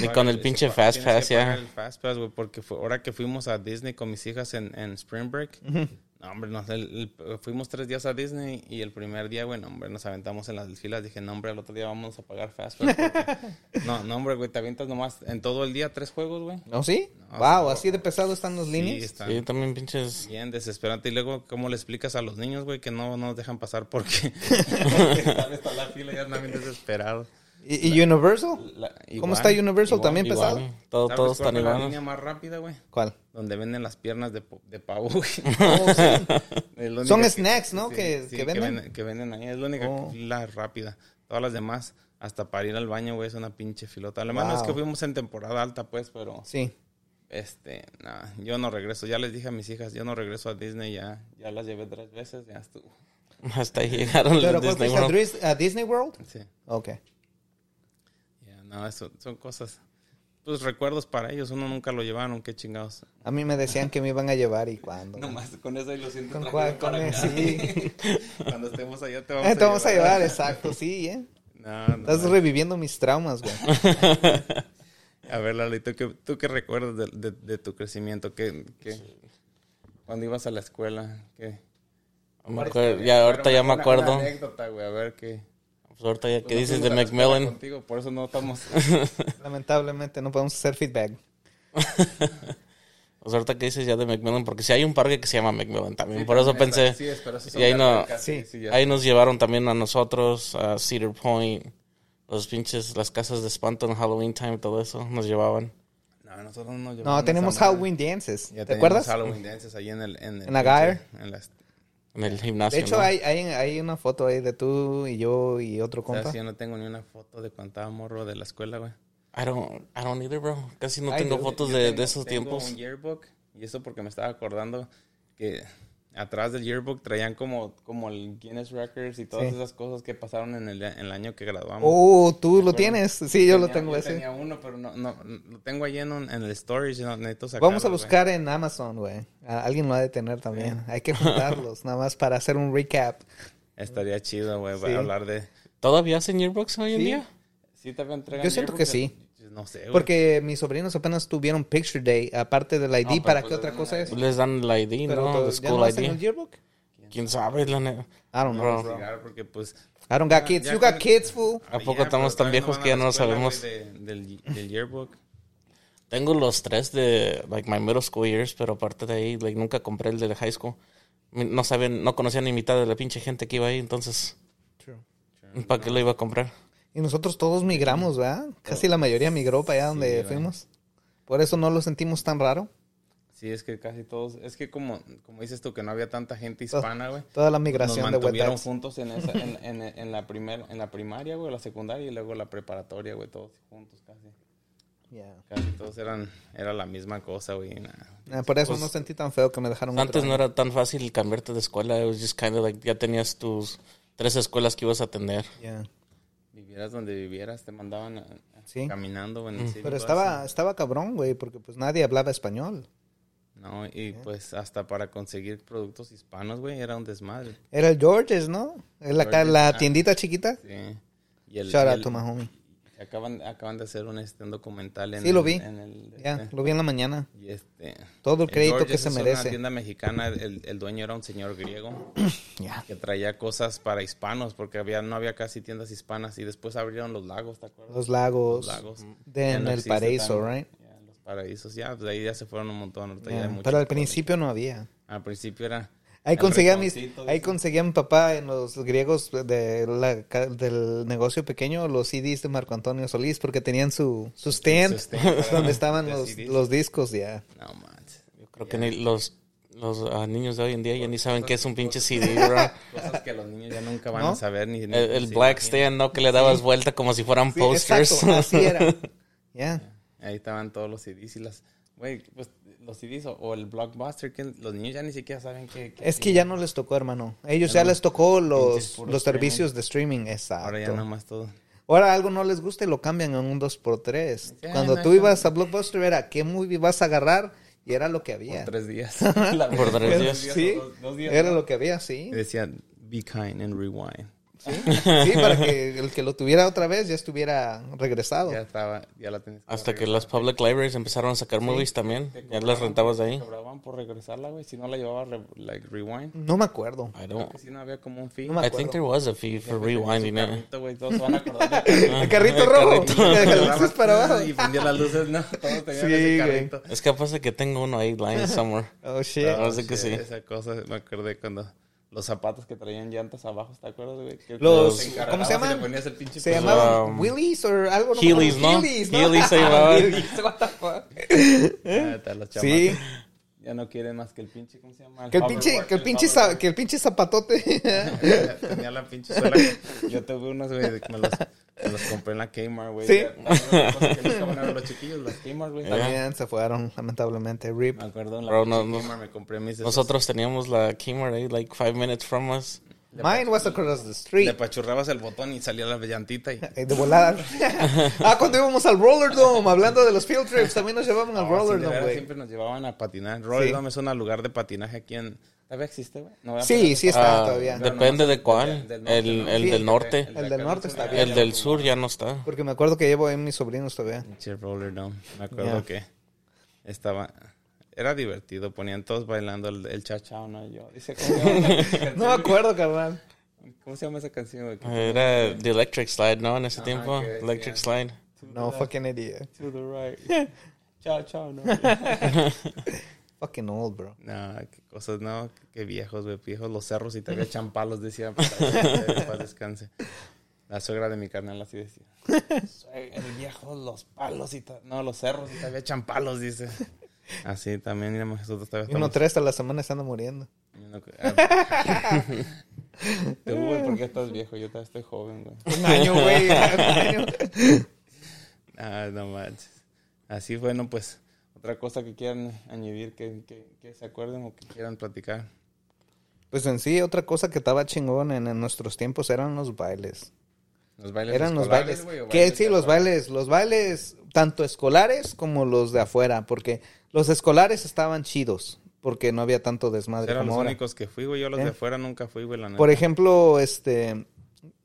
[SPEAKER 3] Ni con el
[SPEAKER 1] Pagas-
[SPEAKER 3] pinche
[SPEAKER 1] pa-
[SPEAKER 3] Fast
[SPEAKER 1] tienes
[SPEAKER 3] Pass,
[SPEAKER 1] que pagar
[SPEAKER 3] ya.
[SPEAKER 1] el Fast Pass, güey, porque fue- ahora que fuimos a Disney con mis hijas en, en Spring Break, no, hombre, nos, el- el- fuimos tres días a Disney y el primer día, güey, no, hombre, nos aventamos en las filas. Dije, no, hombre, al otro día vamos a pagar Fast Pass. porque- no, no, hombre, güey, te avientas nomás en todo el día tres juegos, güey.
[SPEAKER 2] ¿No, sí?
[SPEAKER 1] No,
[SPEAKER 2] wow,
[SPEAKER 1] no.
[SPEAKER 2] así de pesado están los líneas.
[SPEAKER 1] Sí, está
[SPEAKER 3] Sí, también pinches.
[SPEAKER 1] bien desesperante. Y luego, ¿cómo le explicas a los niños, güey, que no, no nos dejan pasar porque, porque están hasta la fila y andan bien desesperados?
[SPEAKER 2] ¿Y, y Universal?
[SPEAKER 1] La- igual,
[SPEAKER 2] ¿Cómo está Universal?
[SPEAKER 1] igual,
[SPEAKER 2] ¿También
[SPEAKER 3] igual,
[SPEAKER 2] pesado?
[SPEAKER 3] güey. Todo,
[SPEAKER 1] ¿Sabes
[SPEAKER 3] todos
[SPEAKER 1] cuál
[SPEAKER 3] están
[SPEAKER 1] fue la
[SPEAKER 3] igual.
[SPEAKER 1] línea más rápida, güey?
[SPEAKER 2] ¿Cuál?
[SPEAKER 1] Donde venden las piernas de, po- de pavo, güey.
[SPEAKER 2] Oh, sí.
[SPEAKER 1] Es la única
[SPEAKER 2] Son
[SPEAKER 1] que-
[SPEAKER 2] snacks, ¿no? que- que venden.
[SPEAKER 1] Que venden ahí. Es la única
[SPEAKER 2] Oh.
[SPEAKER 1] fila rápida. Todas las demás, hasta para ir al baño, güey, es una pinche filota. Además, no es
[SPEAKER 2] Wow.
[SPEAKER 1] que fuimos en temporada alta, pues, pero...
[SPEAKER 2] Sí.
[SPEAKER 1] Este, nah, yo no regreso. Ya les dije a mis hijas, yo no regreso a Disney ya. Ya las llevé tres veces, ya estuvo.
[SPEAKER 3] Hasta ahí llegaron
[SPEAKER 2] ¿Pero
[SPEAKER 3] los
[SPEAKER 2] cuál
[SPEAKER 3] Disney
[SPEAKER 2] fuiste a
[SPEAKER 3] World.
[SPEAKER 2] Dris- a Disney World?
[SPEAKER 1] Sí.
[SPEAKER 2] Ok.
[SPEAKER 1] Ya, no, eso, son cosas... Pues recuerdos para ellos. Uno nunca lo llevaron, qué chingados.
[SPEAKER 2] A mí me decían que me iban a llevar y cuándo.
[SPEAKER 1] Nomás con eso y lo siento.
[SPEAKER 2] Con
[SPEAKER 1] traído
[SPEAKER 2] cuál- con
[SPEAKER 1] para acá.
[SPEAKER 2] sí.
[SPEAKER 1] Cuando estemos allá te vamos,
[SPEAKER 2] Eh, Te vamos a llevar, exacto, sí, ¿eh?
[SPEAKER 1] No, no.
[SPEAKER 2] Estás reviviendo mis traumas, güey.
[SPEAKER 1] A ver, Lalito, ¿qué, ¿tú qué recuerdas de, de- de tu crecimiento? ¿Qué, qué- Cuando ibas a la escuela, ¿qué?
[SPEAKER 3] Me acuerdo- Ya, ahorita ya me
[SPEAKER 1] Una-
[SPEAKER 3] acuerdo.
[SPEAKER 1] Una anécdota, güey, a ver qué.
[SPEAKER 3] Pues ahorita ya que
[SPEAKER 1] No
[SPEAKER 3] dices de
[SPEAKER 1] fuimos a la escuela
[SPEAKER 3] Macmillan.
[SPEAKER 1] Contigo, por eso no estamos...
[SPEAKER 2] Lamentablemente no podemos hacer feedback.
[SPEAKER 3] Pues ahorita que dices ya de Macmillan, porque si hay un parque que se llama Macmillan también. Por eso pensé.
[SPEAKER 1] Sí, es, pero eso son
[SPEAKER 3] y ahí no-
[SPEAKER 1] caricas,
[SPEAKER 2] sí,
[SPEAKER 1] ya.
[SPEAKER 3] Ahí nos llevaron también a nosotros, a Cedar Point, los pinches, las casas de espanto en Halloween time, todo eso, nos llevaban.
[SPEAKER 1] No, nosotros no llevamos
[SPEAKER 2] No, tenemos
[SPEAKER 1] esa madre.
[SPEAKER 2] Halloween dances.
[SPEAKER 1] Ya
[SPEAKER 2] ¿Te
[SPEAKER 1] teníamos
[SPEAKER 2] acuerdas?
[SPEAKER 1] Halloween dances ahí en el... En, el
[SPEAKER 2] En la Gyre.
[SPEAKER 1] En las-
[SPEAKER 3] En el gimnasio.
[SPEAKER 2] De hecho,
[SPEAKER 3] ¿no?
[SPEAKER 2] hay, hay, hay una foto ahí de tú y yo y otro compa.
[SPEAKER 1] ¿Sabes? Yo no tengo ni una foto de cuando estaba morro de la escuela, güey.
[SPEAKER 3] I don't, I don't either, bro. Casi no
[SPEAKER 2] Ay,
[SPEAKER 3] tengo
[SPEAKER 2] dude,
[SPEAKER 3] fotos
[SPEAKER 1] Yo
[SPEAKER 3] de,
[SPEAKER 1] tengo-
[SPEAKER 3] de esos
[SPEAKER 1] tengo
[SPEAKER 3] tiempos.
[SPEAKER 1] un yearbook, y eso porque me estaba acordando que atrás del yearbook traían como, como el Guinness Records y todas
[SPEAKER 2] Sí.
[SPEAKER 1] esas cosas que pasaron en el, en el año que graduamos.
[SPEAKER 2] Oh, tú lo
[SPEAKER 1] acuerdas?
[SPEAKER 2] tienes. Sí, yo lo
[SPEAKER 1] Tenía-
[SPEAKER 2] tengo ese.
[SPEAKER 1] Tenía uno, pero no, no, lo tengo ahí en, un- en el storage, no, necesito sacarlo,
[SPEAKER 2] Vamos a
[SPEAKER 1] güey.
[SPEAKER 2] buscar en Amazon, güey. A- Alguien lo ha de tener también. Hay que juntarlos, nada más para hacer un recap.
[SPEAKER 1] Estaría chido, güey,
[SPEAKER 2] Sí.
[SPEAKER 1] para hablar de...
[SPEAKER 3] ¿Todavía hacen yearbooks hoy en
[SPEAKER 2] Sí.
[SPEAKER 3] día?
[SPEAKER 1] Sí, te entregan
[SPEAKER 2] Yo siento que
[SPEAKER 1] yearbooks?
[SPEAKER 2] sí.
[SPEAKER 1] No sé, güey.
[SPEAKER 2] Porque mis sobrinos apenas tuvieron Picture Day, aparte del ID,
[SPEAKER 3] pero
[SPEAKER 2] ¿para
[SPEAKER 3] pues
[SPEAKER 2] qué otra cosa es?
[SPEAKER 3] Les dan el ID,
[SPEAKER 2] Pero
[SPEAKER 3] ¿no?
[SPEAKER 2] to-
[SPEAKER 3] The
[SPEAKER 2] ¿ya no
[SPEAKER 3] school
[SPEAKER 2] hacen el
[SPEAKER 3] ID.
[SPEAKER 2] yearbook?
[SPEAKER 3] ¿Quién sabe? La ne-
[SPEAKER 2] I don't know.
[SPEAKER 3] Bro.
[SPEAKER 1] Investigar, Porque, pues...
[SPEAKER 2] I don't got
[SPEAKER 1] Ya-
[SPEAKER 2] kids.
[SPEAKER 1] ya
[SPEAKER 2] You got
[SPEAKER 1] con-
[SPEAKER 2] kids, fool.
[SPEAKER 3] ¿A
[SPEAKER 1] ya,
[SPEAKER 3] poco
[SPEAKER 1] pero
[SPEAKER 3] estamos tan
[SPEAKER 1] todavía
[SPEAKER 3] viejos
[SPEAKER 1] van
[SPEAKER 3] que ya
[SPEAKER 1] a la
[SPEAKER 3] no lo
[SPEAKER 1] escuela, güey,
[SPEAKER 3] sabemos?
[SPEAKER 1] de- del, del yearbook.
[SPEAKER 3] Tengo los tres de, like, my middle school years, pero aparte de ahí, like, nunca compré el de high school. Mi- No sabían, no conocía ni mitad de la pinche gente que iba ahí, entonces, ¿para qué lo iba a comprar?
[SPEAKER 2] Y nosotros todos migramos, ¿verdad? Casi la mayoría migró para allá donde
[SPEAKER 1] ¿verdad?
[SPEAKER 2] fuimos. Por eso no lo sentimos tan raro.
[SPEAKER 1] Sí, es que casi todos, es que como, como dices tú que no había tanta gente hispana, güey.
[SPEAKER 2] Toda la
[SPEAKER 1] Nos
[SPEAKER 2] Oh, migración de
[SPEAKER 1] mantuvieron
[SPEAKER 2] Webex.
[SPEAKER 1] juntos en, esa, en, en, en la primer, en la primaria, güey, la secundaria y luego la preparatoria, güey, todos juntos casi.
[SPEAKER 2] Yeah.
[SPEAKER 1] Casi todos eran, era la misma cosa, güey. y nada.
[SPEAKER 2] Ah, por eso
[SPEAKER 3] Pues,
[SPEAKER 2] no sentí tan feo que me dejaron.
[SPEAKER 3] Antes
[SPEAKER 2] otro
[SPEAKER 3] no
[SPEAKER 2] año.
[SPEAKER 3] era tan fácil cambiarte de escuela, it was just kinda like, ya tenías tus tres escuelas que ibas a tener.
[SPEAKER 2] Yeah.
[SPEAKER 1] Vivieras donde vivieras, te mandaban a- a-
[SPEAKER 2] Sí.
[SPEAKER 1] caminando
[SPEAKER 3] Mm.
[SPEAKER 1] en el Civic
[SPEAKER 2] Pero
[SPEAKER 1] Bus,
[SPEAKER 2] estaba, estaba cabrón, güey, porque pues nadie hablaba español.
[SPEAKER 1] No, y pues hasta para conseguir productos hispanos, güey, era un desmadre.
[SPEAKER 2] Era el George's, ¿no? Es la, ca-
[SPEAKER 1] George's,
[SPEAKER 2] la
[SPEAKER 1] ah.
[SPEAKER 2] tiendita chiquita.
[SPEAKER 1] Sí. Y el,
[SPEAKER 2] Shout
[SPEAKER 1] y
[SPEAKER 2] out
[SPEAKER 1] el-
[SPEAKER 2] to my homie.
[SPEAKER 1] ¿Te Acaban, acaban de hacer un, este, un documental en
[SPEAKER 2] Sí, lo
[SPEAKER 1] el-
[SPEAKER 2] vi.
[SPEAKER 1] en el- eh.
[SPEAKER 2] Ya, lo vi en la mañana.
[SPEAKER 1] y este,
[SPEAKER 2] Todo el
[SPEAKER 1] en
[SPEAKER 2] crédito
[SPEAKER 1] Georges
[SPEAKER 2] que se
[SPEAKER 1] es una
[SPEAKER 2] merece.
[SPEAKER 1] tienda mexicana, el, el dueño era un señor griego
[SPEAKER 2] Ya.
[SPEAKER 1] que traía cosas para hispanos porque había, no había casi tiendas hispanas y después abrieron los lagos, ¿te acuerdas?
[SPEAKER 2] Los lagos.
[SPEAKER 1] Los lagos.
[SPEAKER 2] De,
[SPEAKER 1] Ya
[SPEAKER 2] en
[SPEAKER 1] no
[SPEAKER 2] el
[SPEAKER 1] existe
[SPEAKER 2] paraíso,
[SPEAKER 1] tanto.
[SPEAKER 2] right?
[SPEAKER 1] Ya, los paraísos, ya, de ahí ya se fueron un montón. ahorita ya
[SPEAKER 2] Ya,
[SPEAKER 1] hay mucho.
[SPEAKER 2] Ah, Pero al principio no había.
[SPEAKER 1] Al principio era...
[SPEAKER 2] Ahí
[SPEAKER 1] el
[SPEAKER 2] conseguía, mis,
[SPEAKER 1] rinconcito,
[SPEAKER 2] ahí
[SPEAKER 1] dice.
[SPEAKER 2] conseguía mi papá en los griegos de la ca- del negocio pequeño los CDs de Marco Antonio Solís porque tenían su, su stand,
[SPEAKER 1] Su stand para
[SPEAKER 2] donde estaban
[SPEAKER 1] los
[SPEAKER 2] los,
[SPEAKER 1] CDs.
[SPEAKER 2] los discos ya.
[SPEAKER 1] No manches.
[SPEAKER 3] Yo creo que ni los, los ah, niños de hoy en día ya ni saben qué es un pinche CD, bro.
[SPEAKER 1] Cosas que los niños ya nunca van
[SPEAKER 2] ¿No?
[SPEAKER 1] a saber ni...
[SPEAKER 3] El, el Black Stand, ¿no? Que le dabas vuelta como si fueran
[SPEAKER 2] Sí,
[SPEAKER 3] posters.
[SPEAKER 2] exacto, así era. Ya.
[SPEAKER 1] Ahí estaban todos los CDs y las... Güey, pues los CDs o, o el Blockbuster, que los niños ya ni siquiera saben qué... qué
[SPEAKER 2] Es que ya no les tocó, hermano. A ellos ya, les tocó los, los servicios de streaming. Exacto.
[SPEAKER 1] Ahora ya nada más todo.
[SPEAKER 2] Ahora algo no les gusta y lo cambian en un 2x3.
[SPEAKER 1] Sí,
[SPEAKER 2] Cuando
[SPEAKER 1] no,
[SPEAKER 2] tú
[SPEAKER 1] eso-
[SPEAKER 2] ibas a Blockbuster era qué movie vas a agarrar y era lo que había.
[SPEAKER 1] Por tres días.
[SPEAKER 3] Por tres días.
[SPEAKER 2] Sí,
[SPEAKER 1] Dos- dos días,
[SPEAKER 2] era
[SPEAKER 1] ¿no?
[SPEAKER 2] lo que había, sí.
[SPEAKER 1] Y decían, be kind and rewind.
[SPEAKER 2] Sí, para que el que lo tuviera otra vez ya estuviera regresado.
[SPEAKER 1] Ya estaba, ya la tenías. que
[SPEAKER 3] Hasta que
[SPEAKER 1] arreglar.
[SPEAKER 3] las public libraries empezaron a sacar movies también. Ya las rentabas de ahí.
[SPEAKER 1] Cobraban por regresarla, güey. Si no la llevaba, re- like, rewind.
[SPEAKER 2] No me acuerdo.
[SPEAKER 3] I
[SPEAKER 1] Creo
[SPEAKER 3] don't...
[SPEAKER 1] que si no había como un fee.
[SPEAKER 2] No me
[SPEAKER 3] I think there was a fee for rewinding it.
[SPEAKER 1] Ahorita, güey, todos se van a acordar de
[SPEAKER 2] El carrito rojo. Oh, que
[SPEAKER 1] que
[SPEAKER 2] las luces para abajo.
[SPEAKER 1] Y prendía las luces, no. Todos tenían
[SPEAKER 2] Sí,
[SPEAKER 1] ese
[SPEAKER 2] güey.
[SPEAKER 1] carrito.
[SPEAKER 3] Es capaz de que tengo uno ahí lying somewhere.
[SPEAKER 2] Oh, shit.
[SPEAKER 3] Ah, Parece que sí.
[SPEAKER 1] Esa cosa, me acordé cuando los zapatos que traían llantas abajo, ¿te acuerdas, güey? Que
[SPEAKER 2] Los-
[SPEAKER 1] te encargabas
[SPEAKER 2] ¿cómo se
[SPEAKER 1] y le
[SPEAKER 2] llaman?
[SPEAKER 1] ponías el pinche
[SPEAKER 2] Se
[SPEAKER 1] peso.
[SPEAKER 2] llamaban
[SPEAKER 3] um,
[SPEAKER 2] Willys o algo.
[SPEAKER 3] Heelys, ¿no?
[SPEAKER 2] Willys,
[SPEAKER 3] Heelys se llamaban.
[SPEAKER 2] what the fuck.
[SPEAKER 1] Ah, está, los
[SPEAKER 2] ¿eh? Sí.
[SPEAKER 1] chamacos. Ya no quieren más que el pinche, ¿cómo se llama? El
[SPEAKER 2] Que el
[SPEAKER 1] hoverboard,
[SPEAKER 2] pinche, que el pinche,
[SPEAKER 1] hoverboard.
[SPEAKER 2] za- que el pinche zapatote.
[SPEAKER 1] Tenía la pinche suela. que- Yo tuve unos, güey, de que me los, me los compré en la Kmart, güey.
[SPEAKER 2] Sí. Eh.
[SPEAKER 1] Una cosa que nunca van a ver los chiquillos, las Kmart, güey.
[SPEAKER 2] También se fueron, lamentablemente. RIP.
[SPEAKER 1] Me acuerdo en la
[SPEAKER 3] Bro,
[SPEAKER 1] pinche
[SPEAKER 3] no- no-
[SPEAKER 1] Kmart me compré mis... esos-
[SPEAKER 3] Nosotros teníamos la Kmart ahí, like five minutes from us.
[SPEAKER 2] Mine was across the
[SPEAKER 1] Le
[SPEAKER 2] street.
[SPEAKER 1] apachurrabas el botón y salía la llantita y...
[SPEAKER 2] Eh, De volada. ah, cuando íbamos al Roller Dome, hablando de los field trips, también nos llevaban
[SPEAKER 1] No, Ah,
[SPEAKER 2] al
[SPEAKER 1] sí,
[SPEAKER 2] Roller
[SPEAKER 1] de
[SPEAKER 2] Dome,
[SPEAKER 1] veras,
[SPEAKER 2] güey.
[SPEAKER 1] siempre nos llevaban a patinar. Roller
[SPEAKER 2] Sí.
[SPEAKER 1] Dome es un lugar de patinaje aquí en... ¿Todavía existe, güey? No voy a
[SPEAKER 2] Sí,
[SPEAKER 1] poner-
[SPEAKER 2] sí está
[SPEAKER 3] Ah,
[SPEAKER 2] todavía.
[SPEAKER 1] Pero
[SPEAKER 3] Depende
[SPEAKER 1] no,
[SPEAKER 3] de cuál.
[SPEAKER 1] del norte,
[SPEAKER 3] El,
[SPEAKER 1] ¿no?
[SPEAKER 3] el
[SPEAKER 2] Sí,
[SPEAKER 3] del
[SPEAKER 2] el
[SPEAKER 3] norte.
[SPEAKER 2] El del norte está bien.
[SPEAKER 3] El del sur ya no está.
[SPEAKER 2] Porque me acuerdo que llevo ahí mis sobrinos todavía.
[SPEAKER 1] Pinche Roller Dome. Me acuerdo que estaba... Era divertido, ponían todos bailando el, el cha-cha, ¿no? Yo, dice, ¿cómo se llama esa
[SPEAKER 2] No me
[SPEAKER 1] canción?
[SPEAKER 2] acuerdo, carnal.
[SPEAKER 1] ¿Cómo se llama esa canción? güey?
[SPEAKER 3] Eh. Era The Electric Slide, ¿no? En ese
[SPEAKER 1] Ajá,
[SPEAKER 3] tiempo.
[SPEAKER 1] que decía-
[SPEAKER 3] Electric Slide.
[SPEAKER 2] No, fucking idiot.
[SPEAKER 1] To the right. chao, chao, no.
[SPEAKER 2] Fucking old, bro.
[SPEAKER 1] no, qué cosas, no. Qué viejos, güey. Viejos los cerros y todavía champalos decían. Para que paz descanse. La suegra de mi carnal así decía. El viejo, los palos y tal. No, los cerros y todavía champalos, dice. Así también, mira, nosotros todavía
[SPEAKER 2] Y uno
[SPEAKER 1] estamos.
[SPEAKER 2] tres a la semana se anda muriendo.
[SPEAKER 1] Y uno- Ah. Tú, güey, porque estás viejo. Yo todavía estoy joven, güey.
[SPEAKER 2] Un año, güey. un año.
[SPEAKER 1] Ah, no manches. Así bueno, pues otra cosa que quieran añadir, que, que, que se acuerden o que quieran platicar.
[SPEAKER 2] Pues en sí, otra cosa que estaba chingón en, en nuestros tiempos eran los bailes.
[SPEAKER 1] Los bailes
[SPEAKER 2] Eran los
[SPEAKER 1] escolares,
[SPEAKER 2] bailes.
[SPEAKER 1] güey, o
[SPEAKER 2] que
[SPEAKER 1] bailes
[SPEAKER 2] sí,
[SPEAKER 1] de
[SPEAKER 2] los
[SPEAKER 1] afuera.
[SPEAKER 2] bailes. Los bailes, tanto escolares como los de afuera. Porque los escolares estaban chidos. Porque no había tanto desmadre
[SPEAKER 1] Eran
[SPEAKER 2] como
[SPEAKER 1] los
[SPEAKER 2] ahora.
[SPEAKER 1] únicos que fui, güey. Yo los
[SPEAKER 2] Eh.
[SPEAKER 1] de afuera nunca fui, güey, la neta.
[SPEAKER 2] Por ejemplo, este.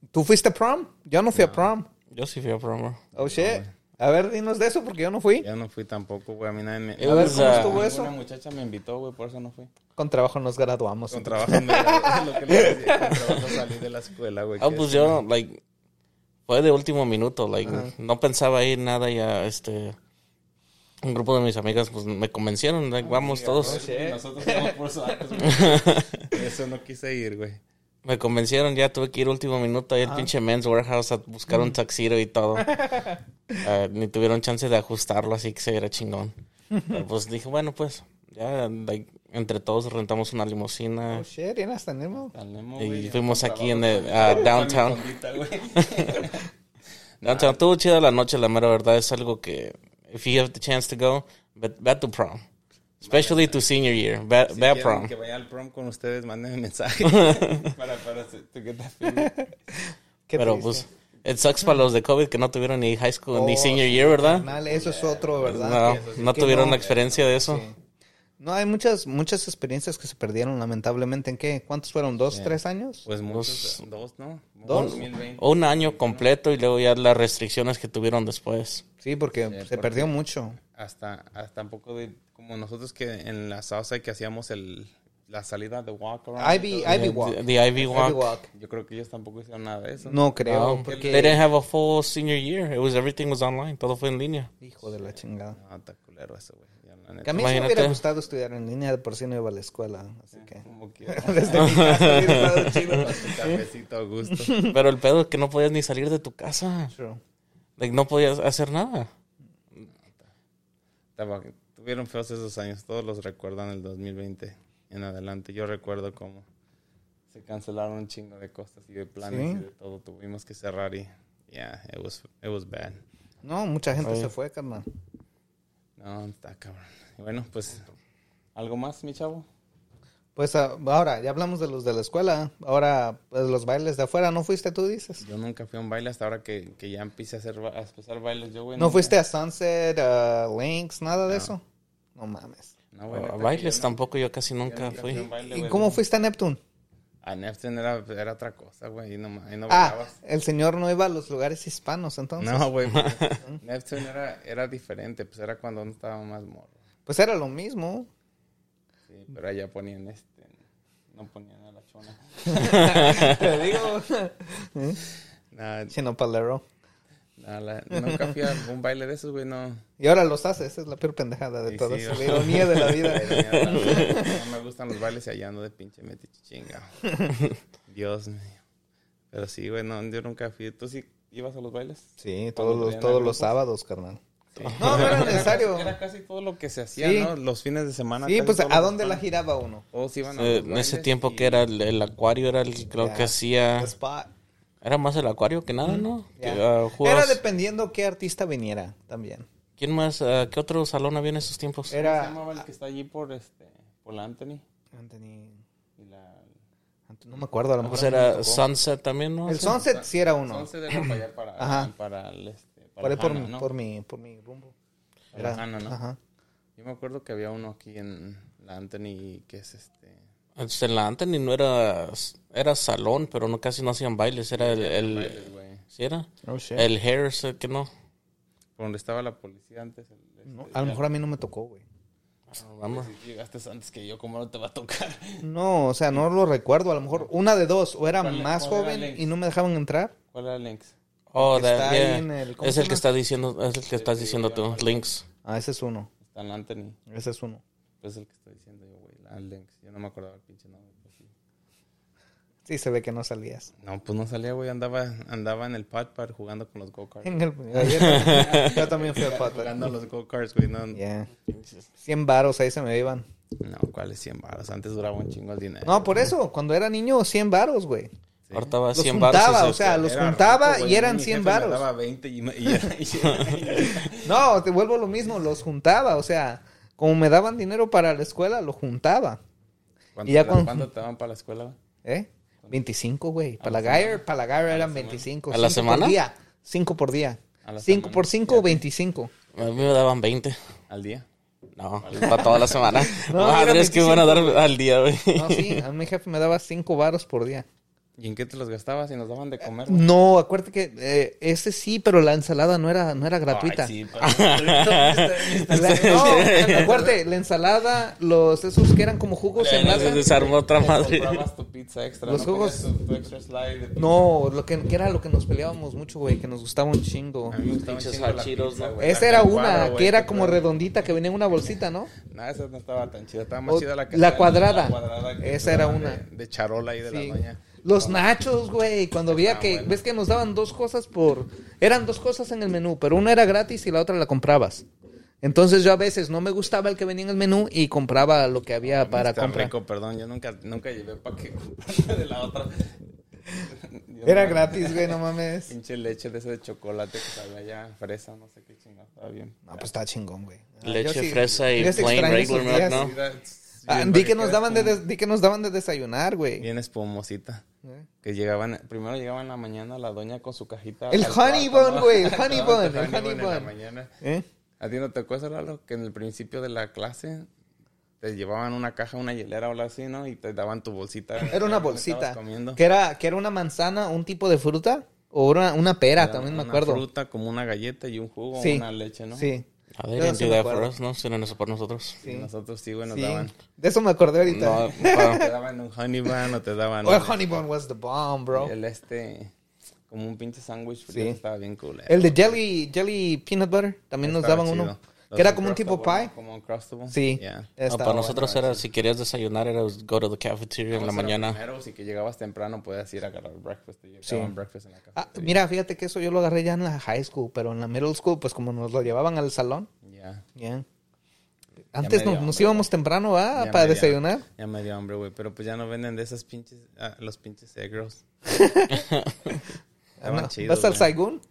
[SPEAKER 2] ¿Tú fuiste a prom? Yo no fui a prom.
[SPEAKER 3] Yo sí fui a promo.
[SPEAKER 2] Oh shit. A ver, dinos de eso porque yo no fui.
[SPEAKER 1] Ya no fui tampoco, güey. A mí nadie me...
[SPEAKER 3] It
[SPEAKER 2] A ver,
[SPEAKER 3] was,
[SPEAKER 2] ¿cómo
[SPEAKER 3] uh,
[SPEAKER 2] estuvo
[SPEAKER 1] Una
[SPEAKER 2] eso?
[SPEAKER 1] muchacha me invitó, güey, por eso no fui.
[SPEAKER 2] Con trabajo nos graduamos. Oh,
[SPEAKER 1] Con trabajo me... lo que le decía, con trabajo salí de la escuela, güey.
[SPEAKER 3] Ah,
[SPEAKER 1] que
[SPEAKER 3] pues
[SPEAKER 1] es-
[SPEAKER 3] yo, like, fue de último minuto, like, no pensaba ir nada ya, este, un grupo de mis amigas, pues, me convencieron,
[SPEAKER 1] Ah,
[SPEAKER 3] like, vamos todos,
[SPEAKER 1] Y Nosotros íbamos por eso antes, güey. Por Eso no quise ir, güey.
[SPEAKER 3] me convencieron, ya tuve que ir último minuto
[SPEAKER 2] Ah.
[SPEAKER 3] ahí al pinche Men's Warehouse a buscar
[SPEAKER 2] Mm.
[SPEAKER 3] un taxiro y todo, Ah, ni tuvieron chance de ajustarlo, así que se era chingón, Pero, pues dije, bueno, pues, ya, like, entre todos rentamos una limusina
[SPEAKER 2] Oh shit, ¿y hasta Nemo?
[SPEAKER 1] Salemos, güey.
[SPEAKER 3] y
[SPEAKER 1] ya.
[SPEAKER 3] fuimos aquí en el, a downtown.
[SPEAKER 1] Fondita, güey.
[SPEAKER 3] No, te- estuvo chida la noche, la mera verdad. Es algo que, if you have the chance to go, ve, ve a tu prom. Especially tu senior year. Ve, ve a
[SPEAKER 1] quieren
[SPEAKER 3] prom.
[SPEAKER 1] que vaya al prom con ustedes, mándenme mensaje. para, para, to get that feeling.
[SPEAKER 2] Qué
[SPEAKER 3] Pero
[SPEAKER 2] triste.
[SPEAKER 3] pues, it sucks para los de COVID que no tuvieron ni high school ni
[SPEAKER 2] Oh,
[SPEAKER 3] senior year, ¿verdad?
[SPEAKER 2] Carnal, eso es otro, ¿verdad?
[SPEAKER 3] ¿eh? Pues, No,
[SPEAKER 2] Que-
[SPEAKER 3] no
[SPEAKER 2] que
[SPEAKER 3] tuvieron
[SPEAKER 2] no.
[SPEAKER 3] la experiencia de eso.
[SPEAKER 2] Sí. No, hay muchas, muchas experiencias que se perdieron, lamentablemente. ¿En qué? ¿Cuántos fueron? ¿Dos,
[SPEAKER 1] Sí.
[SPEAKER 2] tres años?
[SPEAKER 1] Pues muchos, dos, ¿no?
[SPEAKER 2] Dos.
[SPEAKER 1] 2020.
[SPEAKER 3] Un año completo y luego ya las restricciones que tuvieron después.
[SPEAKER 2] Sí, porque se perdió mucho.
[SPEAKER 1] Hasta, hasta un poco de, como nosotros que en la salsa que hacíamos el, la salida de walk around. y
[SPEAKER 2] Ivy,
[SPEAKER 1] todo.
[SPEAKER 2] Ivy
[SPEAKER 3] The-
[SPEAKER 2] Walk.
[SPEAKER 3] The, the Ivy Walk.
[SPEAKER 2] Ivy Walk.
[SPEAKER 1] Yo creo que ellos tampoco hicieron nada de eso.
[SPEAKER 2] ah. No creo,
[SPEAKER 3] No,
[SPEAKER 2] porque...
[SPEAKER 3] They didn't have a full senior year. It was everything was online. Todo fue en línea.
[SPEAKER 2] Hijo de la chingada.
[SPEAKER 1] No, está culero eso, güey. Ya, la
[SPEAKER 2] Que
[SPEAKER 1] neta.
[SPEAKER 2] a mí sí me
[SPEAKER 3] Imagínate.
[SPEAKER 2] hubiera gustado estudiar en línea, de por si no iba a la escuela, así que...
[SPEAKER 1] Como quieras.
[SPEAKER 2] Desde mi casa hubiera estado chido.
[SPEAKER 1] Tu cafecito a gusto.
[SPEAKER 3] Pero el pedo es que no podías ni salir de tu casa.
[SPEAKER 2] True.
[SPEAKER 3] Like, no podías hacer nada.
[SPEAKER 1] Estaba- tuvieron feos esos años. Todos los recuerdan el 2020 en adelante. Yo recuerdo cómo se cancelaron un chingo de cosas y de planes
[SPEAKER 2] Sí.
[SPEAKER 1] y de todo. Tuvimos que cerrar y... Yeah, it was, it was bad.
[SPEAKER 2] No, mucha gente se fue, carnal.
[SPEAKER 1] No, está cabrón. Y bueno, pues... ¿Algo más, mi chavo?
[SPEAKER 2] Pues ah, ahora, ya hablamos de los de la escuela. Ahora, pues, los bailes de afuera, ¿no fuiste tú, dices?
[SPEAKER 1] Yo nunca fui a un baile hasta ahora que, que ya empecé a hacer ba- a empezar bailes yo, güey.
[SPEAKER 2] ¿No fuiste a Sunset, a Lynx, nada de eso? No mames.
[SPEAKER 1] No, güey, neta
[SPEAKER 3] A
[SPEAKER 1] que
[SPEAKER 3] bailes
[SPEAKER 1] yo
[SPEAKER 3] Uh, tampoco, yo casi
[SPEAKER 1] no-
[SPEAKER 3] nunca
[SPEAKER 1] nunca fui a un
[SPEAKER 3] fui.
[SPEAKER 1] baile,
[SPEAKER 2] ¿Y
[SPEAKER 1] güey.
[SPEAKER 2] cómo fuiste a Neptune?
[SPEAKER 1] A Neptune era, era otra cosa, güey. Ahí no, ahí no
[SPEAKER 2] Ah,
[SPEAKER 1] bailabas.
[SPEAKER 2] el señor no iba a los lugares hispanos, entonces.
[SPEAKER 1] No, güey. Neptune era, era diferente, pues era cuando uno estaba más morro.
[SPEAKER 2] Pues era lo mismo.
[SPEAKER 1] Sí, pero allá ponían este. No ponían a la chona.
[SPEAKER 2] Te digo.
[SPEAKER 1] Nah,
[SPEAKER 2] Chino Palero.
[SPEAKER 1] nah, la- nunca fui a un baile de esos, güey, no.
[SPEAKER 2] Y ahora los hace, esa es la peor pendejada de
[SPEAKER 1] Sí,
[SPEAKER 2] todas.
[SPEAKER 1] sí,
[SPEAKER 2] la
[SPEAKER 1] güey.
[SPEAKER 2] ironía de la vida.
[SPEAKER 1] No me gustan los bailes y allá ando de pinche metichinga. Dios mío. Pero sí, güey, no, yo nunca fui. ¿Tú sí ibas a los bailes?
[SPEAKER 2] Sí,
[SPEAKER 1] todos
[SPEAKER 2] todos
[SPEAKER 1] los-
[SPEAKER 2] los,
[SPEAKER 1] todos los
[SPEAKER 2] sábados, carnal. No, no era necesario.
[SPEAKER 1] Era casi todo lo que se hacía,
[SPEAKER 2] Sí.
[SPEAKER 1] ¿no? Los fines de semana.
[SPEAKER 2] Sí,
[SPEAKER 1] casi
[SPEAKER 2] pues
[SPEAKER 1] todos los
[SPEAKER 2] ¿a dónde la
[SPEAKER 1] hispanos,
[SPEAKER 2] giraba uno?
[SPEAKER 1] Todos iban a los
[SPEAKER 3] Eh, En ese
[SPEAKER 1] bailes
[SPEAKER 3] tiempo
[SPEAKER 1] y-
[SPEAKER 3] que era el, el acuario, era el, creo
[SPEAKER 2] pues Ya.
[SPEAKER 3] que hacía.
[SPEAKER 1] Ah.
[SPEAKER 2] The spot.
[SPEAKER 3] Era más el acuario que nada, ¿no?
[SPEAKER 2] Ya.
[SPEAKER 3] Que, ah, who
[SPEAKER 2] Era
[SPEAKER 3] else?
[SPEAKER 2] dependiendo qué artista viniera también.
[SPEAKER 3] ¿Quién más? ah, ¿Qué otro salón había en esos tiempos?
[SPEAKER 1] ¿Cómo se
[SPEAKER 2] Era
[SPEAKER 1] llamaba el que está allí por, este, por la Anthony?
[SPEAKER 2] Anthony,
[SPEAKER 1] Y la...
[SPEAKER 2] Ant- no me acuerdo, a lo
[SPEAKER 3] Pues
[SPEAKER 2] mejor
[SPEAKER 3] era Sunset también, ¿no?
[SPEAKER 2] el
[SPEAKER 3] Sí.
[SPEAKER 2] Sunset sí era uno.
[SPEAKER 1] Entonces era para allá para,
[SPEAKER 2] Ajá.
[SPEAKER 1] para el este, para
[SPEAKER 2] por ahí por,
[SPEAKER 1] Hanna,
[SPEAKER 2] mi-
[SPEAKER 1] ¿no?
[SPEAKER 2] por mi por mi rumbo.
[SPEAKER 1] Para Hanna, ¿no?
[SPEAKER 2] Ajá.
[SPEAKER 1] Yo me acuerdo que había uno aquí en la Anthony que es este
[SPEAKER 3] Antes En la Anthony no era, era salón, pero no casi no hacían bailes. Era el, el-
[SPEAKER 1] bailes, güey.
[SPEAKER 3] ¿sí era?
[SPEAKER 2] Oh, shit.
[SPEAKER 3] El Harris, el que no.
[SPEAKER 1] Por donde estaba la policía antes. el- este,
[SPEAKER 2] No, ah, a lo mejor a mí no me tocó, güey.
[SPEAKER 3] Vamos.
[SPEAKER 1] si llegaste antes que yo, ¿cómo no te va a tocar?
[SPEAKER 2] No, o sea, no lo recuerdo. A lo mejor una de dos. O era
[SPEAKER 1] ¿Cuál-
[SPEAKER 2] más
[SPEAKER 1] cuál era
[SPEAKER 2] joven
[SPEAKER 1] Alex?
[SPEAKER 2] y no me dejaban entrar.
[SPEAKER 1] ¿Cuál era el Lynx?
[SPEAKER 3] Oh,
[SPEAKER 2] que está
[SPEAKER 3] that,
[SPEAKER 2] ahí
[SPEAKER 3] yeah.
[SPEAKER 2] en el- ¿cómo
[SPEAKER 3] es
[SPEAKER 2] se
[SPEAKER 3] el que
[SPEAKER 2] llama?
[SPEAKER 3] está diciendo, es el que estás diciendo tú, Links.
[SPEAKER 2] Ah, ese es uno.
[SPEAKER 1] Está en la Anthony.
[SPEAKER 2] Ese es uno.
[SPEAKER 1] Pues es el que estoy diciendo yo, güey. La Lynx. Yo no me acordaba el pinche nombre. pues sí.
[SPEAKER 2] Sí, se ve que no salías.
[SPEAKER 1] No, pues no salía, güey. Andaba, andaba en el pad pad jugando con los go-karts.
[SPEAKER 2] En el- ayer- yo también fui a pata.
[SPEAKER 1] Jugando a los go-karts, güey. No,
[SPEAKER 2] Yeah. 100 varos ahí se me iban.
[SPEAKER 1] no ¿cuáles 100 baros? Antes duraba un chingo el dinero.
[SPEAKER 2] No, por eso, cuando era niño, 100 varos, güey.
[SPEAKER 1] Sí.
[SPEAKER 3] Ahorita va este, a
[SPEAKER 2] Los
[SPEAKER 3] 100 baros.
[SPEAKER 2] juntaba,
[SPEAKER 3] y
[SPEAKER 2] o
[SPEAKER 3] se-
[SPEAKER 2] sea, los
[SPEAKER 1] Era
[SPEAKER 2] juntaba
[SPEAKER 1] rico, güey,
[SPEAKER 2] y eran
[SPEAKER 1] mi
[SPEAKER 2] 100
[SPEAKER 1] jefe me
[SPEAKER 2] varos.
[SPEAKER 1] daba 20 y, me- y era- y-
[SPEAKER 2] No, te vuelvo a lo mismo, los juntaba, o sea, como me daban dinero para la escuela, lo juntaba,
[SPEAKER 1] ¿Cuánto,
[SPEAKER 2] Y ya
[SPEAKER 1] te-
[SPEAKER 2] cuando-
[SPEAKER 1] cuánto te daban para la escuela? güey?
[SPEAKER 2] ¿eh? 25, güey. Para la Gayer, para la Gayer eran 25.
[SPEAKER 3] ¿A la
[SPEAKER 2] cinco
[SPEAKER 3] semana?
[SPEAKER 2] Por día, 5 por día.
[SPEAKER 1] A la
[SPEAKER 2] 5
[SPEAKER 1] semana.
[SPEAKER 2] por 5, 25.
[SPEAKER 3] A mí me daban 20.
[SPEAKER 1] ¿Al día?
[SPEAKER 3] No, para toda la semana.
[SPEAKER 2] No,
[SPEAKER 3] Madre,
[SPEAKER 2] era
[SPEAKER 3] es que me van a dar al día, güey.
[SPEAKER 2] No, sí, a mi jefe me daba 5 varos por día.
[SPEAKER 1] ¿Y en qué te los gastabas y nos daban de comer? güey?
[SPEAKER 2] No, acuérdate que eh, ese sí, pero la ensalada no era, no era gratuita.
[SPEAKER 1] Ay, sí,
[SPEAKER 2] Ah.
[SPEAKER 1] pero-
[SPEAKER 2] La- no, acuérdate, la ensalada, los esos que eran como jugos en
[SPEAKER 3] Se
[SPEAKER 2] lata.
[SPEAKER 3] desarmó otra madre.
[SPEAKER 1] Comprabas tu pizza extra.
[SPEAKER 2] Los
[SPEAKER 1] ¿no?
[SPEAKER 2] jugos-
[SPEAKER 1] Tenías Tu, tu extra slide. de pizza.
[SPEAKER 2] No, lo que, que era lo que nos peleábamos mucho, güey, que nos gustaba un chingo.
[SPEAKER 1] A mí me gustaba un
[SPEAKER 3] Pinches
[SPEAKER 1] chingo la
[SPEAKER 3] hachiros,
[SPEAKER 1] pizza,
[SPEAKER 3] ¿no?
[SPEAKER 1] güey,
[SPEAKER 2] Esa
[SPEAKER 1] la
[SPEAKER 2] era
[SPEAKER 1] que
[SPEAKER 2] una,
[SPEAKER 1] cuadra, güey,
[SPEAKER 2] que era como redondita, que venía en una bolsita, ¿no?
[SPEAKER 1] No, esa no estaba tan chida. Estaba más
[SPEAKER 2] O-
[SPEAKER 1] chida la que
[SPEAKER 2] la
[SPEAKER 1] hacían,
[SPEAKER 2] cuadrada.
[SPEAKER 1] que
[SPEAKER 2] Esa era
[SPEAKER 1] daban de-
[SPEAKER 2] una.
[SPEAKER 1] De, charola ahí de
[SPEAKER 2] Sí.
[SPEAKER 1] la doña.
[SPEAKER 2] Los nachos, güey, cuando veía
[SPEAKER 1] Ah,
[SPEAKER 2] que,
[SPEAKER 1] bueno.
[SPEAKER 2] ves que nos daban dos cosas por, eran dos cosas en el menú, pero una era gratis y la otra la comprabas. Entonces yo a veces no me gustaba el que venía en el menú y compraba lo que había para
[SPEAKER 1] Está
[SPEAKER 2] comprar.
[SPEAKER 1] rico, perdón. Yo nunca, nunca llevé para que de la otra. Yo
[SPEAKER 2] Era
[SPEAKER 1] no-
[SPEAKER 2] gratis, güey, no mames.
[SPEAKER 1] Pinche leche de ese de chocolate que sabía ya fresa, no sé qué chingada, estaba bien.
[SPEAKER 2] No, pues está chingón, güey. Ah,
[SPEAKER 3] Leche
[SPEAKER 2] yo sí-
[SPEAKER 3] fresa y
[SPEAKER 2] yo sí
[SPEAKER 3] plain
[SPEAKER 2] extraño
[SPEAKER 3] regular
[SPEAKER 2] esos
[SPEAKER 3] milk,
[SPEAKER 2] días.
[SPEAKER 3] ¿no?
[SPEAKER 2] Ah, di que nos daban de des- di que nos daban de desayunar, güey.
[SPEAKER 1] Bien espumosita.
[SPEAKER 2] ¿Eh?
[SPEAKER 1] Que llegaban, primero llegaban en la mañana la doña con su cajita.
[SPEAKER 2] El
[SPEAKER 1] al
[SPEAKER 2] honey
[SPEAKER 1] cuarto,
[SPEAKER 2] bun,
[SPEAKER 1] ¿no?
[SPEAKER 2] güey, el honey
[SPEAKER 1] Daban
[SPEAKER 2] bun, el honey
[SPEAKER 1] en la
[SPEAKER 2] bun.
[SPEAKER 1] mañana.
[SPEAKER 2] ¿Eh?
[SPEAKER 1] ¿A ti no te acuerdas, Lalo, que en el principio de la clase te llevaban una caja, una hielera o algo así, ¿no? Y te daban tu bolsita.
[SPEAKER 2] Era una
[SPEAKER 1] Estabas
[SPEAKER 2] bolsita.
[SPEAKER 1] comiendo.
[SPEAKER 2] Que era, que era una manzana, un tipo de fruta. O una, una pera,
[SPEAKER 1] Era
[SPEAKER 2] también me
[SPEAKER 1] una
[SPEAKER 2] acuerdo.
[SPEAKER 1] fruta como una galleta y un jugo
[SPEAKER 2] Sí.
[SPEAKER 1] o una leche, ¿no?
[SPEAKER 2] Sí.
[SPEAKER 3] A
[SPEAKER 2] Yo sí
[SPEAKER 3] ver,
[SPEAKER 2] me
[SPEAKER 3] identidad
[SPEAKER 2] acuerdo.
[SPEAKER 3] for us, ¿no? Serán eso para nosotros.
[SPEAKER 1] Y nosotros sí, güey, nos
[SPEAKER 2] Sí.
[SPEAKER 1] daban.
[SPEAKER 2] De eso me acordé ahorita.
[SPEAKER 3] No,
[SPEAKER 1] Te
[SPEAKER 3] para-
[SPEAKER 1] daban un honey bun o te daban
[SPEAKER 2] Well,
[SPEAKER 1] el-
[SPEAKER 2] Honey Bun was the bomb, bro.
[SPEAKER 1] el este, como un pinche sándwich,
[SPEAKER 2] Sí.
[SPEAKER 1] frío, estaba bien cool.
[SPEAKER 2] El de jelly, jelly peanut butter, también nos daban uno. Que era como un tipo pie.
[SPEAKER 1] Como un crustable.
[SPEAKER 2] Sí.
[SPEAKER 1] Yeah.
[SPEAKER 3] no,
[SPEAKER 2] estaba
[SPEAKER 3] para
[SPEAKER 2] bueno.
[SPEAKER 3] nosotros era, si querías desayunar, era go to the cafeteria en la
[SPEAKER 1] Era
[SPEAKER 3] mañana.
[SPEAKER 1] Primero, si que llegabas temprano, podías ir a agarrar breakfast. Y
[SPEAKER 2] Sí.
[SPEAKER 1] sí. breakfast en la casa.
[SPEAKER 2] Ah, mira, fíjate que eso yo lo agarré ya en la high school, pero en la middle school, pues como nos lo llevaban al salón.
[SPEAKER 1] Ya.
[SPEAKER 2] ya. Antes
[SPEAKER 1] me
[SPEAKER 2] no-
[SPEAKER 1] dio
[SPEAKER 2] nos
[SPEAKER 1] hambre,
[SPEAKER 2] íbamos temprano, ¿ah?
[SPEAKER 1] Ya
[SPEAKER 2] Para
[SPEAKER 1] me dio-
[SPEAKER 2] desayunar.
[SPEAKER 1] Ya me dio hambre, güey. Pero pues ya no venden de esas pinches, ah, los pinches egg rolls. Estaban
[SPEAKER 2] Ah, no.
[SPEAKER 1] chidos,
[SPEAKER 2] ¿Vas al
[SPEAKER 1] güey.
[SPEAKER 2] Saigon?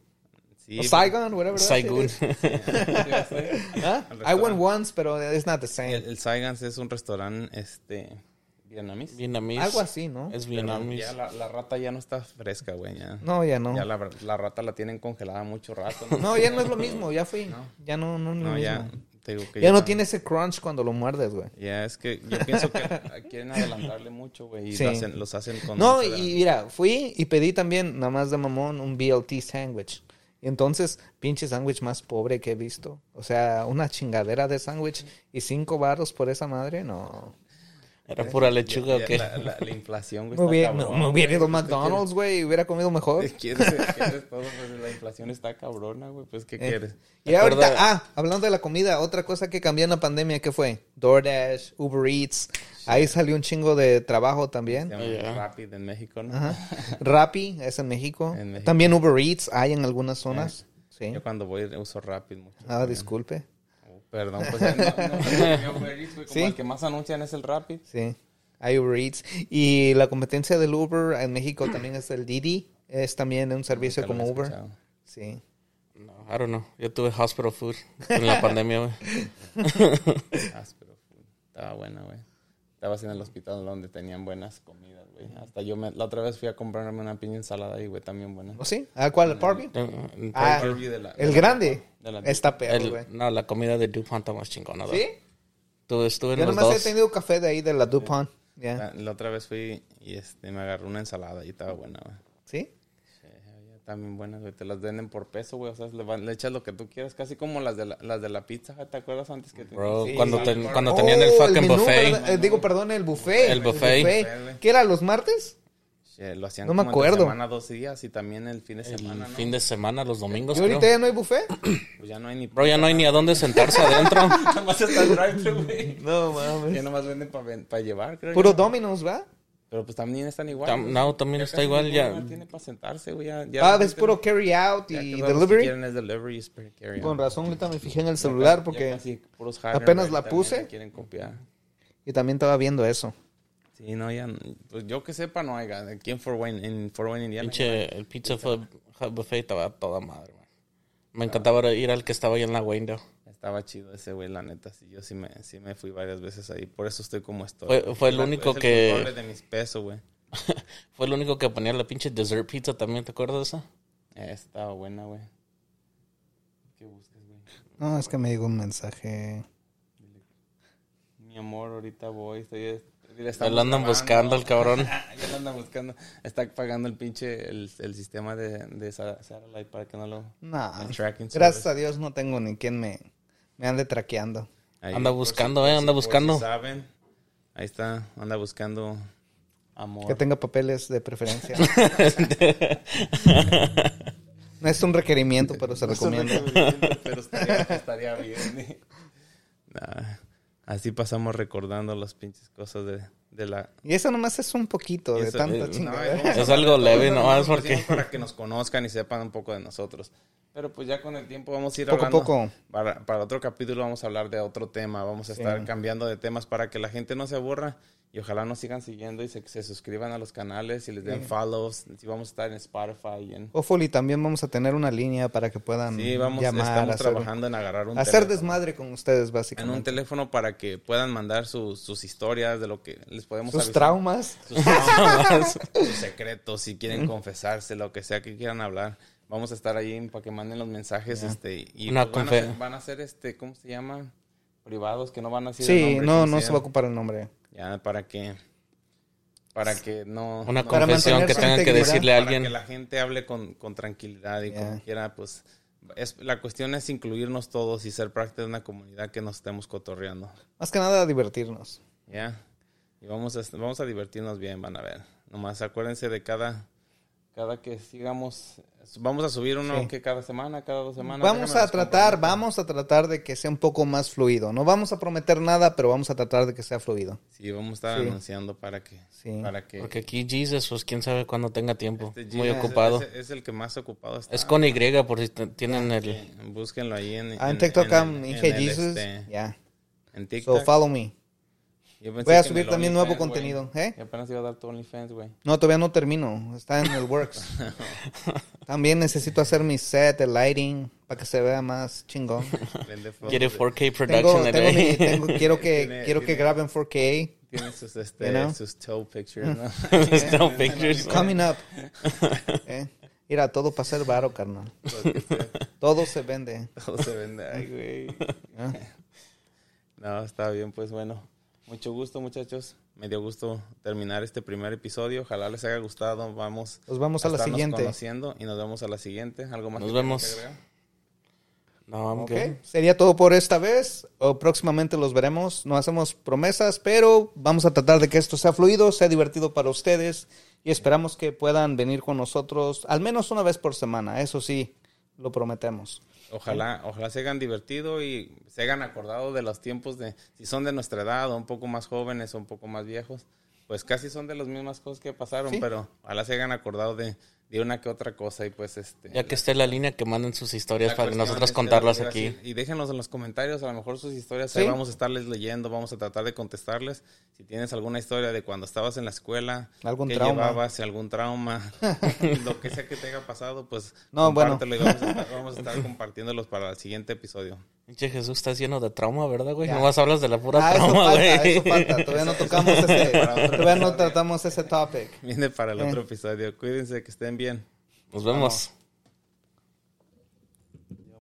[SPEAKER 1] Sí,
[SPEAKER 2] o
[SPEAKER 1] güey.
[SPEAKER 2] Saigon, whatever. that shit
[SPEAKER 3] Saigon.
[SPEAKER 2] is. ¿Ah?
[SPEAKER 1] Al
[SPEAKER 2] I went
[SPEAKER 1] restaurante.
[SPEAKER 2] once, pero it's not the same.
[SPEAKER 1] El, el Saigon es un restaurante, este, vietnamés.
[SPEAKER 3] Vietnamés.
[SPEAKER 2] Algo así, ¿no?
[SPEAKER 3] Es
[SPEAKER 1] Pero
[SPEAKER 3] vietnamés.
[SPEAKER 1] Ya la, la rata ya no está fresca, güey. Ya,
[SPEAKER 2] No, ya no.
[SPEAKER 1] ya la, la rata la tienen congelada mucho rato. No,
[SPEAKER 2] No, ya no es lo mismo, ya fui. Ya no, no es lo
[SPEAKER 1] No,
[SPEAKER 2] mismo.
[SPEAKER 1] ya.
[SPEAKER 2] Ya,
[SPEAKER 1] Te digo que
[SPEAKER 2] no tiene ese crunch cuando lo muerdes, güey.
[SPEAKER 1] Ya, es que yo pienso que quieren adelantarle mucho, güey. Y
[SPEAKER 2] Sí.
[SPEAKER 1] lo hacen- los hacen con...
[SPEAKER 2] No,
[SPEAKER 1] mucho
[SPEAKER 2] y
[SPEAKER 1] adelanto.
[SPEAKER 2] mira, fui y pedí también, nada más de mamón, un BLT sandwich. Y entonces, pinche sándwich más pobre que he visto. O sea, una chingadera de sándwich y cinco barros por esa madre, no.
[SPEAKER 3] Era pura lechuga, ¿o
[SPEAKER 1] Ya,
[SPEAKER 3] qué?
[SPEAKER 1] La, la- la inflación, güey.
[SPEAKER 2] Me hubiera,
[SPEAKER 1] Pues Está
[SPEAKER 2] me-
[SPEAKER 1] cabrón.
[SPEAKER 2] me hubiera ido a McDonald's, güey, y hubiera comido mejor.
[SPEAKER 1] ¿Qué quieres? ¿Qué quieres todo? Pues la inflación está cabrona, güey. Pues, ¿qué
[SPEAKER 2] Eh.
[SPEAKER 1] quieres?
[SPEAKER 2] Y ahorita,
[SPEAKER 3] Recuerda-
[SPEAKER 2] ah, hablando de la comida, otra cosa que cambió en la pandemia, ¿qué fue? DoorDash, Uber Eats. Ahí salió un chingo de trabajo también.
[SPEAKER 1] Se llama
[SPEAKER 3] Ya.
[SPEAKER 1] Rápido en México, ¿no?
[SPEAKER 2] Ajá. Rappi es en México.
[SPEAKER 1] En México. Eh,
[SPEAKER 2] También Uber Eats hay en algunas zonas. Sí.
[SPEAKER 1] Yo cuando voy uso Rápido mucho.
[SPEAKER 2] Ah, disculpe.
[SPEAKER 1] Oh, perdón, pues ya no, no, yo, güey, güey, como
[SPEAKER 2] Sí.
[SPEAKER 1] el que más anuncian es el Rapid.
[SPEAKER 2] Sí. Hay Uber Eats. Y la competencia del Uber en México también es el Didi. Es también un servicio como Uber. Sí.
[SPEAKER 3] No, I don't know. Yo tuve hospital food en la pandemia, güey.
[SPEAKER 1] Áspero, güey. estaba buena, güey. Estabas en el hospital donde tenían buenas comidas, güey. Hasta yo me, la otra vez fui a comprarme una piña ensalada ahí, güey, también buena.
[SPEAKER 2] ¿O sí? ¿A cuál? ¿El Parview?
[SPEAKER 3] En-
[SPEAKER 2] Ah,
[SPEAKER 1] Parkview Mm, de la- de
[SPEAKER 2] el
[SPEAKER 1] la-
[SPEAKER 2] grande.
[SPEAKER 1] de la-
[SPEAKER 2] Está perro,
[SPEAKER 3] el-
[SPEAKER 2] güey.
[SPEAKER 3] no, la comida de DuPont está más chingona, güey.
[SPEAKER 2] ¿Sí?
[SPEAKER 3] Tú estuve en
[SPEAKER 2] Yo
[SPEAKER 3] los
[SPEAKER 2] nomás he
[SPEAKER 3] dos.
[SPEAKER 2] tenido café de ahí, de la DuPont. Ya.
[SPEAKER 1] La, la otra vez fui y este, me agarré una ensalada y estaba buena, güey.
[SPEAKER 2] ¿Sí?
[SPEAKER 1] Había También buenas, güey. Te las venden por peso, güey. O sea, le, van- le echas lo que tú quieras. Casi como las de la, las de la pizza, Hut, ¿te acuerdas antes que te-
[SPEAKER 3] Bro,
[SPEAKER 1] Sí,
[SPEAKER 3] cuando,
[SPEAKER 1] sí,
[SPEAKER 3] ten-
[SPEAKER 1] sí.
[SPEAKER 3] cuando tenían el
[SPEAKER 2] Oh,
[SPEAKER 3] fucking
[SPEAKER 2] menú,
[SPEAKER 3] buffet.
[SPEAKER 2] ¿verdad? Eh, digo, perdón, el buffet.
[SPEAKER 3] El buffet.
[SPEAKER 2] ¿Qué era, los martes?
[SPEAKER 1] Eh, lo hacían
[SPEAKER 2] No me
[SPEAKER 1] como entre
[SPEAKER 2] acuerdo.
[SPEAKER 1] semana, dos días y también el fin de semana,
[SPEAKER 3] El
[SPEAKER 1] ¿no?
[SPEAKER 3] fin de semana, los domingos,
[SPEAKER 2] ¿Y
[SPEAKER 3] creo.
[SPEAKER 2] ahorita ya no hay buffet?
[SPEAKER 1] Pues ya no hay ni...
[SPEAKER 3] Bro, ya no hay ni a dónde sentarse adentro.
[SPEAKER 1] Nomás está el drive-thru, güey.
[SPEAKER 2] No,
[SPEAKER 1] Ya
[SPEAKER 2] mames.
[SPEAKER 1] nomás venden para llevar, creo.
[SPEAKER 2] Puro
[SPEAKER 1] yo.
[SPEAKER 2] Domino's, ¿va?
[SPEAKER 1] Pero pues también están igual.
[SPEAKER 3] Tam-
[SPEAKER 1] güey.
[SPEAKER 3] no, también
[SPEAKER 1] Ya
[SPEAKER 3] está
[SPEAKER 1] casi
[SPEAKER 3] igual,
[SPEAKER 1] ningún
[SPEAKER 3] ya.
[SPEAKER 1] lugar Tiene para sentarse, güey. Ya, ya
[SPEAKER 2] Ah,
[SPEAKER 1] la
[SPEAKER 2] ves
[SPEAKER 1] gente-
[SPEAKER 2] puro carry out
[SPEAKER 1] ya
[SPEAKER 2] y
[SPEAKER 1] que todos los que
[SPEAKER 2] delivery.
[SPEAKER 1] quieren es delivery, es para carry
[SPEAKER 2] Con
[SPEAKER 1] out.
[SPEAKER 2] razón, ahorita me fijé en el celular
[SPEAKER 1] Ya
[SPEAKER 2] porque...
[SPEAKER 1] casi puros
[SPEAKER 2] apenas
[SPEAKER 1] hardware
[SPEAKER 2] la
[SPEAKER 1] también
[SPEAKER 2] puse.
[SPEAKER 1] se quieren copiar.
[SPEAKER 2] Y también estaba viendo eso.
[SPEAKER 1] Sí, no, ya... Pues yo que sepa, no hay. güey. Aquí en Fort Wayne, en Fort Wayne, Indiana.
[SPEAKER 3] Pinche, el pizza Hut Hut buffet estaba a toda madre, güey. Me encantaba ir al que estaba ahí en la window.
[SPEAKER 1] Estaba chido ese güey, la neta. Sí, yo sí me, sí me fui varias veces ahí. Por eso estoy como estoy.
[SPEAKER 3] Fue- fue el
[SPEAKER 1] La-
[SPEAKER 3] único
[SPEAKER 1] es el
[SPEAKER 3] que-
[SPEAKER 1] culpable de mis pesos, güey.
[SPEAKER 3] Fue el único que ponía la pinche dessert pizza también, ¿te acuerdas de esa?
[SPEAKER 1] Eh, estaba buena, güey. ¿Qué buscas, güey?
[SPEAKER 2] No, es que me llegó un mensaje.
[SPEAKER 1] Mi amor, ahorita voy. Estoy... Le
[SPEAKER 3] Me
[SPEAKER 1] estamos
[SPEAKER 3] lo andan
[SPEAKER 1] grabando.
[SPEAKER 3] buscando el cabrón.
[SPEAKER 1] Ya lo andan buscando. Está pagando el pinche... El, el sistema de, de sa- satellite para que no lo...
[SPEAKER 2] No.
[SPEAKER 1] el tracking service.
[SPEAKER 2] Ah, Gracias a Dios no tengo ni quien me, me ande traqueando.
[SPEAKER 1] Ahí,
[SPEAKER 3] Anda
[SPEAKER 1] por si-
[SPEAKER 3] buscando, eh, anda
[SPEAKER 1] por si
[SPEAKER 3] buscando.
[SPEAKER 1] saben. Ahí está. Anda buscando amor.
[SPEAKER 2] Que tenga papeles de preferencia. no es un requerimiento, pero se recomienda.
[SPEAKER 1] Pero estaría, estaría bien. eh. Nah, así pasamos recordando las pinches cosas de, de la...
[SPEAKER 2] Y eso nomás es un poquito de
[SPEAKER 1] Eso-
[SPEAKER 2] tanta
[SPEAKER 1] eh,
[SPEAKER 2] chingada.
[SPEAKER 1] no,
[SPEAKER 3] Es algo leve,
[SPEAKER 1] no,
[SPEAKER 3] nomás
[SPEAKER 1] lo
[SPEAKER 3] porque-
[SPEAKER 1] hicimos Para que nos conozcan y sepan un poco de nosotros. Pero pues ya con el tiempo vamos a ir
[SPEAKER 2] Poco a
[SPEAKER 1] hablando...
[SPEAKER 2] poco.
[SPEAKER 1] Para, para otro capítulo vamos a hablar de otro tema. Vamos a estar cambiando de temas para que la gente no se aburra. Y ojalá nos sigan siguiendo y se, se suscriban a los canales y les den follows. Si vamos a estar en Spotify y en...
[SPEAKER 2] Hopefully también vamos a tener una línea para que puedan
[SPEAKER 1] Sí, vamos,
[SPEAKER 2] llamar,
[SPEAKER 1] estamos
[SPEAKER 2] hacer,
[SPEAKER 1] trabajando en agarrar un
[SPEAKER 2] hacer
[SPEAKER 1] teléfono.
[SPEAKER 2] desmadre con ustedes
[SPEAKER 1] en un
[SPEAKER 2] básicamente.
[SPEAKER 1] teléfono para que puedan mandar sus, sus historias de lo que les podemos
[SPEAKER 2] Sus
[SPEAKER 1] avisar.
[SPEAKER 2] traumas.
[SPEAKER 1] Sus traumas, sus secretos, si quieren confesarse, lo que sea que quieran hablar. Vamos a estar ahí para que manden los mensajes. Este, y
[SPEAKER 3] Una
[SPEAKER 1] pues, van, a
[SPEAKER 3] confe-
[SPEAKER 1] ser, van a ser, este, ¿cómo se llama? privados que no van a decir el
[SPEAKER 2] Sí,
[SPEAKER 1] nombre,
[SPEAKER 2] no,
[SPEAKER 1] sí,
[SPEAKER 2] no
[SPEAKER 1] sí.
[SPEAKER 2] se va a ocupar el nombre.
[SPEAKER 1] Ya, para que. Para que no.
[SPEAKER 3] Una
[SPEAKER 1] no-
[SPEAKER 2] Para
[SPEAKER 3] confesión
[SPEAKER 2] mantener
[SPEAKER 3] que
[SPEAKER 2] su
[SPEAKER 3] tengan que
[SPEAKER 2] integridad.
[SPEAKER 3] decirle a
[SPEAKER 1] para
[SPEAKER 3] alguien.
[SPEAKER 1] que la gente hable con, con tranquilidad y como
[SPEAKER 2] Ya.
[SPEAKER 1] quiera, pues. Es, la cuestión es incluirnos todos y ser parte de una comunidad que nos estemos cotorreando.
[SPEAKER 2] Más que nada divertirnos.
[SPEAKER 1] Ya. Y vamos a, vamos a divertirnos bien, van a ver. Nomás acuérdense de cada. Cada que sigamos. Vamos a subir uno
[SPEAKER 2] Sí.
[SPEAKER 1] que cada semana, cada dos semanas.
[SPEAKER 2] Vamos
[SPEAKER 1] déjenme
[SPEAKER 2] a
[SPEAKER 1] los
[SPEAKER 2] tratar,
[SPEAKER 1] compromisos.
[SPEAKER 2] vamos a tratar de que sea un poco más fluido. No vamos a prometer nada, pero vamos a tratar de que sea fluido.
[SPEAKER 1] Sí, vamos a estar
[SPEAKER 2] Sí.
[SPEAKER 1] anunciando para que.
[SPEAKER 2] Sí.
[SPEAKER 1] Para que.
[SPEAKER 3] Porque aquí Jesus, pues quién sabe cuándo tenga tiempo.
[SPEAKER 1] este
[SPEAKER 3] Muy
[SPEAKER 1] Gina es-
[SPEAKER 3] ocupado.
[SPEAKER 1] Es, es el que más ocupado está.
[SPEAKER 3] Es con Y por si t- tienen el...
[SPEAKER 1] Sí, Búsquenlo ahí en,
[SPEAKER 2] Ah, en
[SPEAKER 1] en-
[SPEAKER 2] TikTok,
[SPEAKER 1] en
[SPEAKER 2] I'm
[SPEAKER 1] el-
[SPEAKER 2] Inge
[SPEAKER 1] en el,
[SPEAKER 2] Jesus.
[SPEAKER 1] este,
[SPEAKER 2] Ya.
[SPEAKER 1] en
[SPEAKER 2] So
[SPEAKER 1] TikTok.
[SPEAKER 2] follow me.
[SPEAKER 1] Yo pensé
[SPEAKER 2] Voy
[SPEAKER 1] que
[SPEAKER 2] a
[SPEAKER 1] en
[SPEAKER 2] subir
[SPEAKER 1] el
[SPEAKER 2] también nuevo
[SPEAKER 1] OnlyFans, güey.
[SPEAKER 2] contenido, ¿eh?
[SPEAKER 1] Yo apenas iba a dar tu OnlyFans, güey.
[SPEAKER 2] No, todavía no termino. Está en el works. También necesito hacer mi set, el lighting, para que se vea más chingón.
[SPEAKER 1] Vende fotos
[SPEAKER 3] Quiere
[SPEAKER 1] de-
[SPEAKER 3] 4K
[SPEAKER 2] Pues, Tengo,
[SPEAKER 3] Production. el-
[SPEAKER 2] tengo mi- tengo- quiero que,
[SPEAKER 1] Tiene-
[SPEAKER 2] quiero que
[SPEAKER 1] tiene-
[SPEAKER 2] graben 4K.
[SPEAKER 1] Tiene sus, este,
[SPEAKER 2] You know?
[SPEAKER 1] sus toe pictures, ¿no?
[SPEAKER 3] No pictures.
[SPEAKER 2] Coming up. Eh, Mira, todo para ser varo, carnal.
[SPEAKER 1] Porque se-
[SPEAKER 2] Todo se vende.
[SPEAKER 1] todo se vende. Ay, güey.
[SPEAKER 2] ¿eh?
[SPEAKER 1] No, está bien, pues bueno. Mucho gusto, muchachos. Me dio gusto terminar este primer episodio. Ojalá les haya gustado. Vamos
[SPEAKER 2] Nos vamos a la
[SPEAKER 1] estarnos
[SPEAKER 2] siguiente.
[SPEAKER 1] conociendo y nos vemos a la siguiente. Algo más que
[SPEAKER 3] Nos
[SPEAKER 1] tengan
[SPEAKER 3] vemos.
[SPEAKER 1] que agregar?
[SPEAKER 3] No, I'm
[SPEAKER 2] Ok,
[SPEAKER 3] good.
[SPEAKER 2] Sería todo por esta vez. O próximamente los veremos. No hacemos promesas, pero vamos a tratar de que esto sea fluido, sea divertido para ustedes. Y esperamos que puedan venir con nosotros al menos una vez por semana. Eso sí, lo prometemos.
[SPEAKER 1] Ojalá, ojalá se hayan divertido y se hayan acordado de los tiempos de, si son de nuestra edad o un poco más jóvenes o un poco más viejos, pues casi son de las mismas cosas que pasaron,
[SPEAKER 2] Sí.
[SPEAKER 1] pero ojalá se hayan acordado de, de una que otra cosa y pues este...
[SPEAKER 3] Ya que esté la línea, que manden sus historias
[SPEAKER 1] la
[SPEAKER 3] para
[SPEAKER 1] cuestión
[SPEAKER 3] nosotros
[SPEAKER 1] es
[SPEAKER 3] contarlas
[SPEAKER 1] tener
[SPEAKER 3] aquí.
[SPEAKER 1] así- Y déjenos en los comentarios, a lo mejor sus historias,
[SPEAKER 2] Sí.
[SPEAKER 1] ahí vamos a estarles leyendo, vamos a tratar de contestarles. Si tienes alguna historia de cuando estabas en la escuela,
[SPEAKER 2] Algún
[SPEAKER 1] qué
[SPEAKER 2] trauma.
[SPEAKER 1] llevabas, algún trauma, lo que sea que te haya pasado, pues
[SPEAKER 2] No, bueno.
[SPEAKER 1] compártelo y vamos a, estar, vamos a estar compartiéndolos para el siguiente episodio.
[SPEAKER 3] Che, Jesús, estás lleno de trauma, ¿verdad, güey?
[SPEAKER 2] Ya.
[SPEAKER 3] Nomás hablas de la pura
[SPEAKER 2] Ah, eso
[SPEAKER 3] trauma,
[SPEAKER 2] falta, eso
[SPEAKER 3] güey.
[SPEAKER 2] falta. Todavía no tocamos ese, todavía no tratamos ese topic.
[SPEAKER 1] Viene para el
[SPEAKER 2] Eh.
[SPEAKER 1] otro episodio. Cuídense, que estén bien.
[SPEAKER 3] Nos vemos.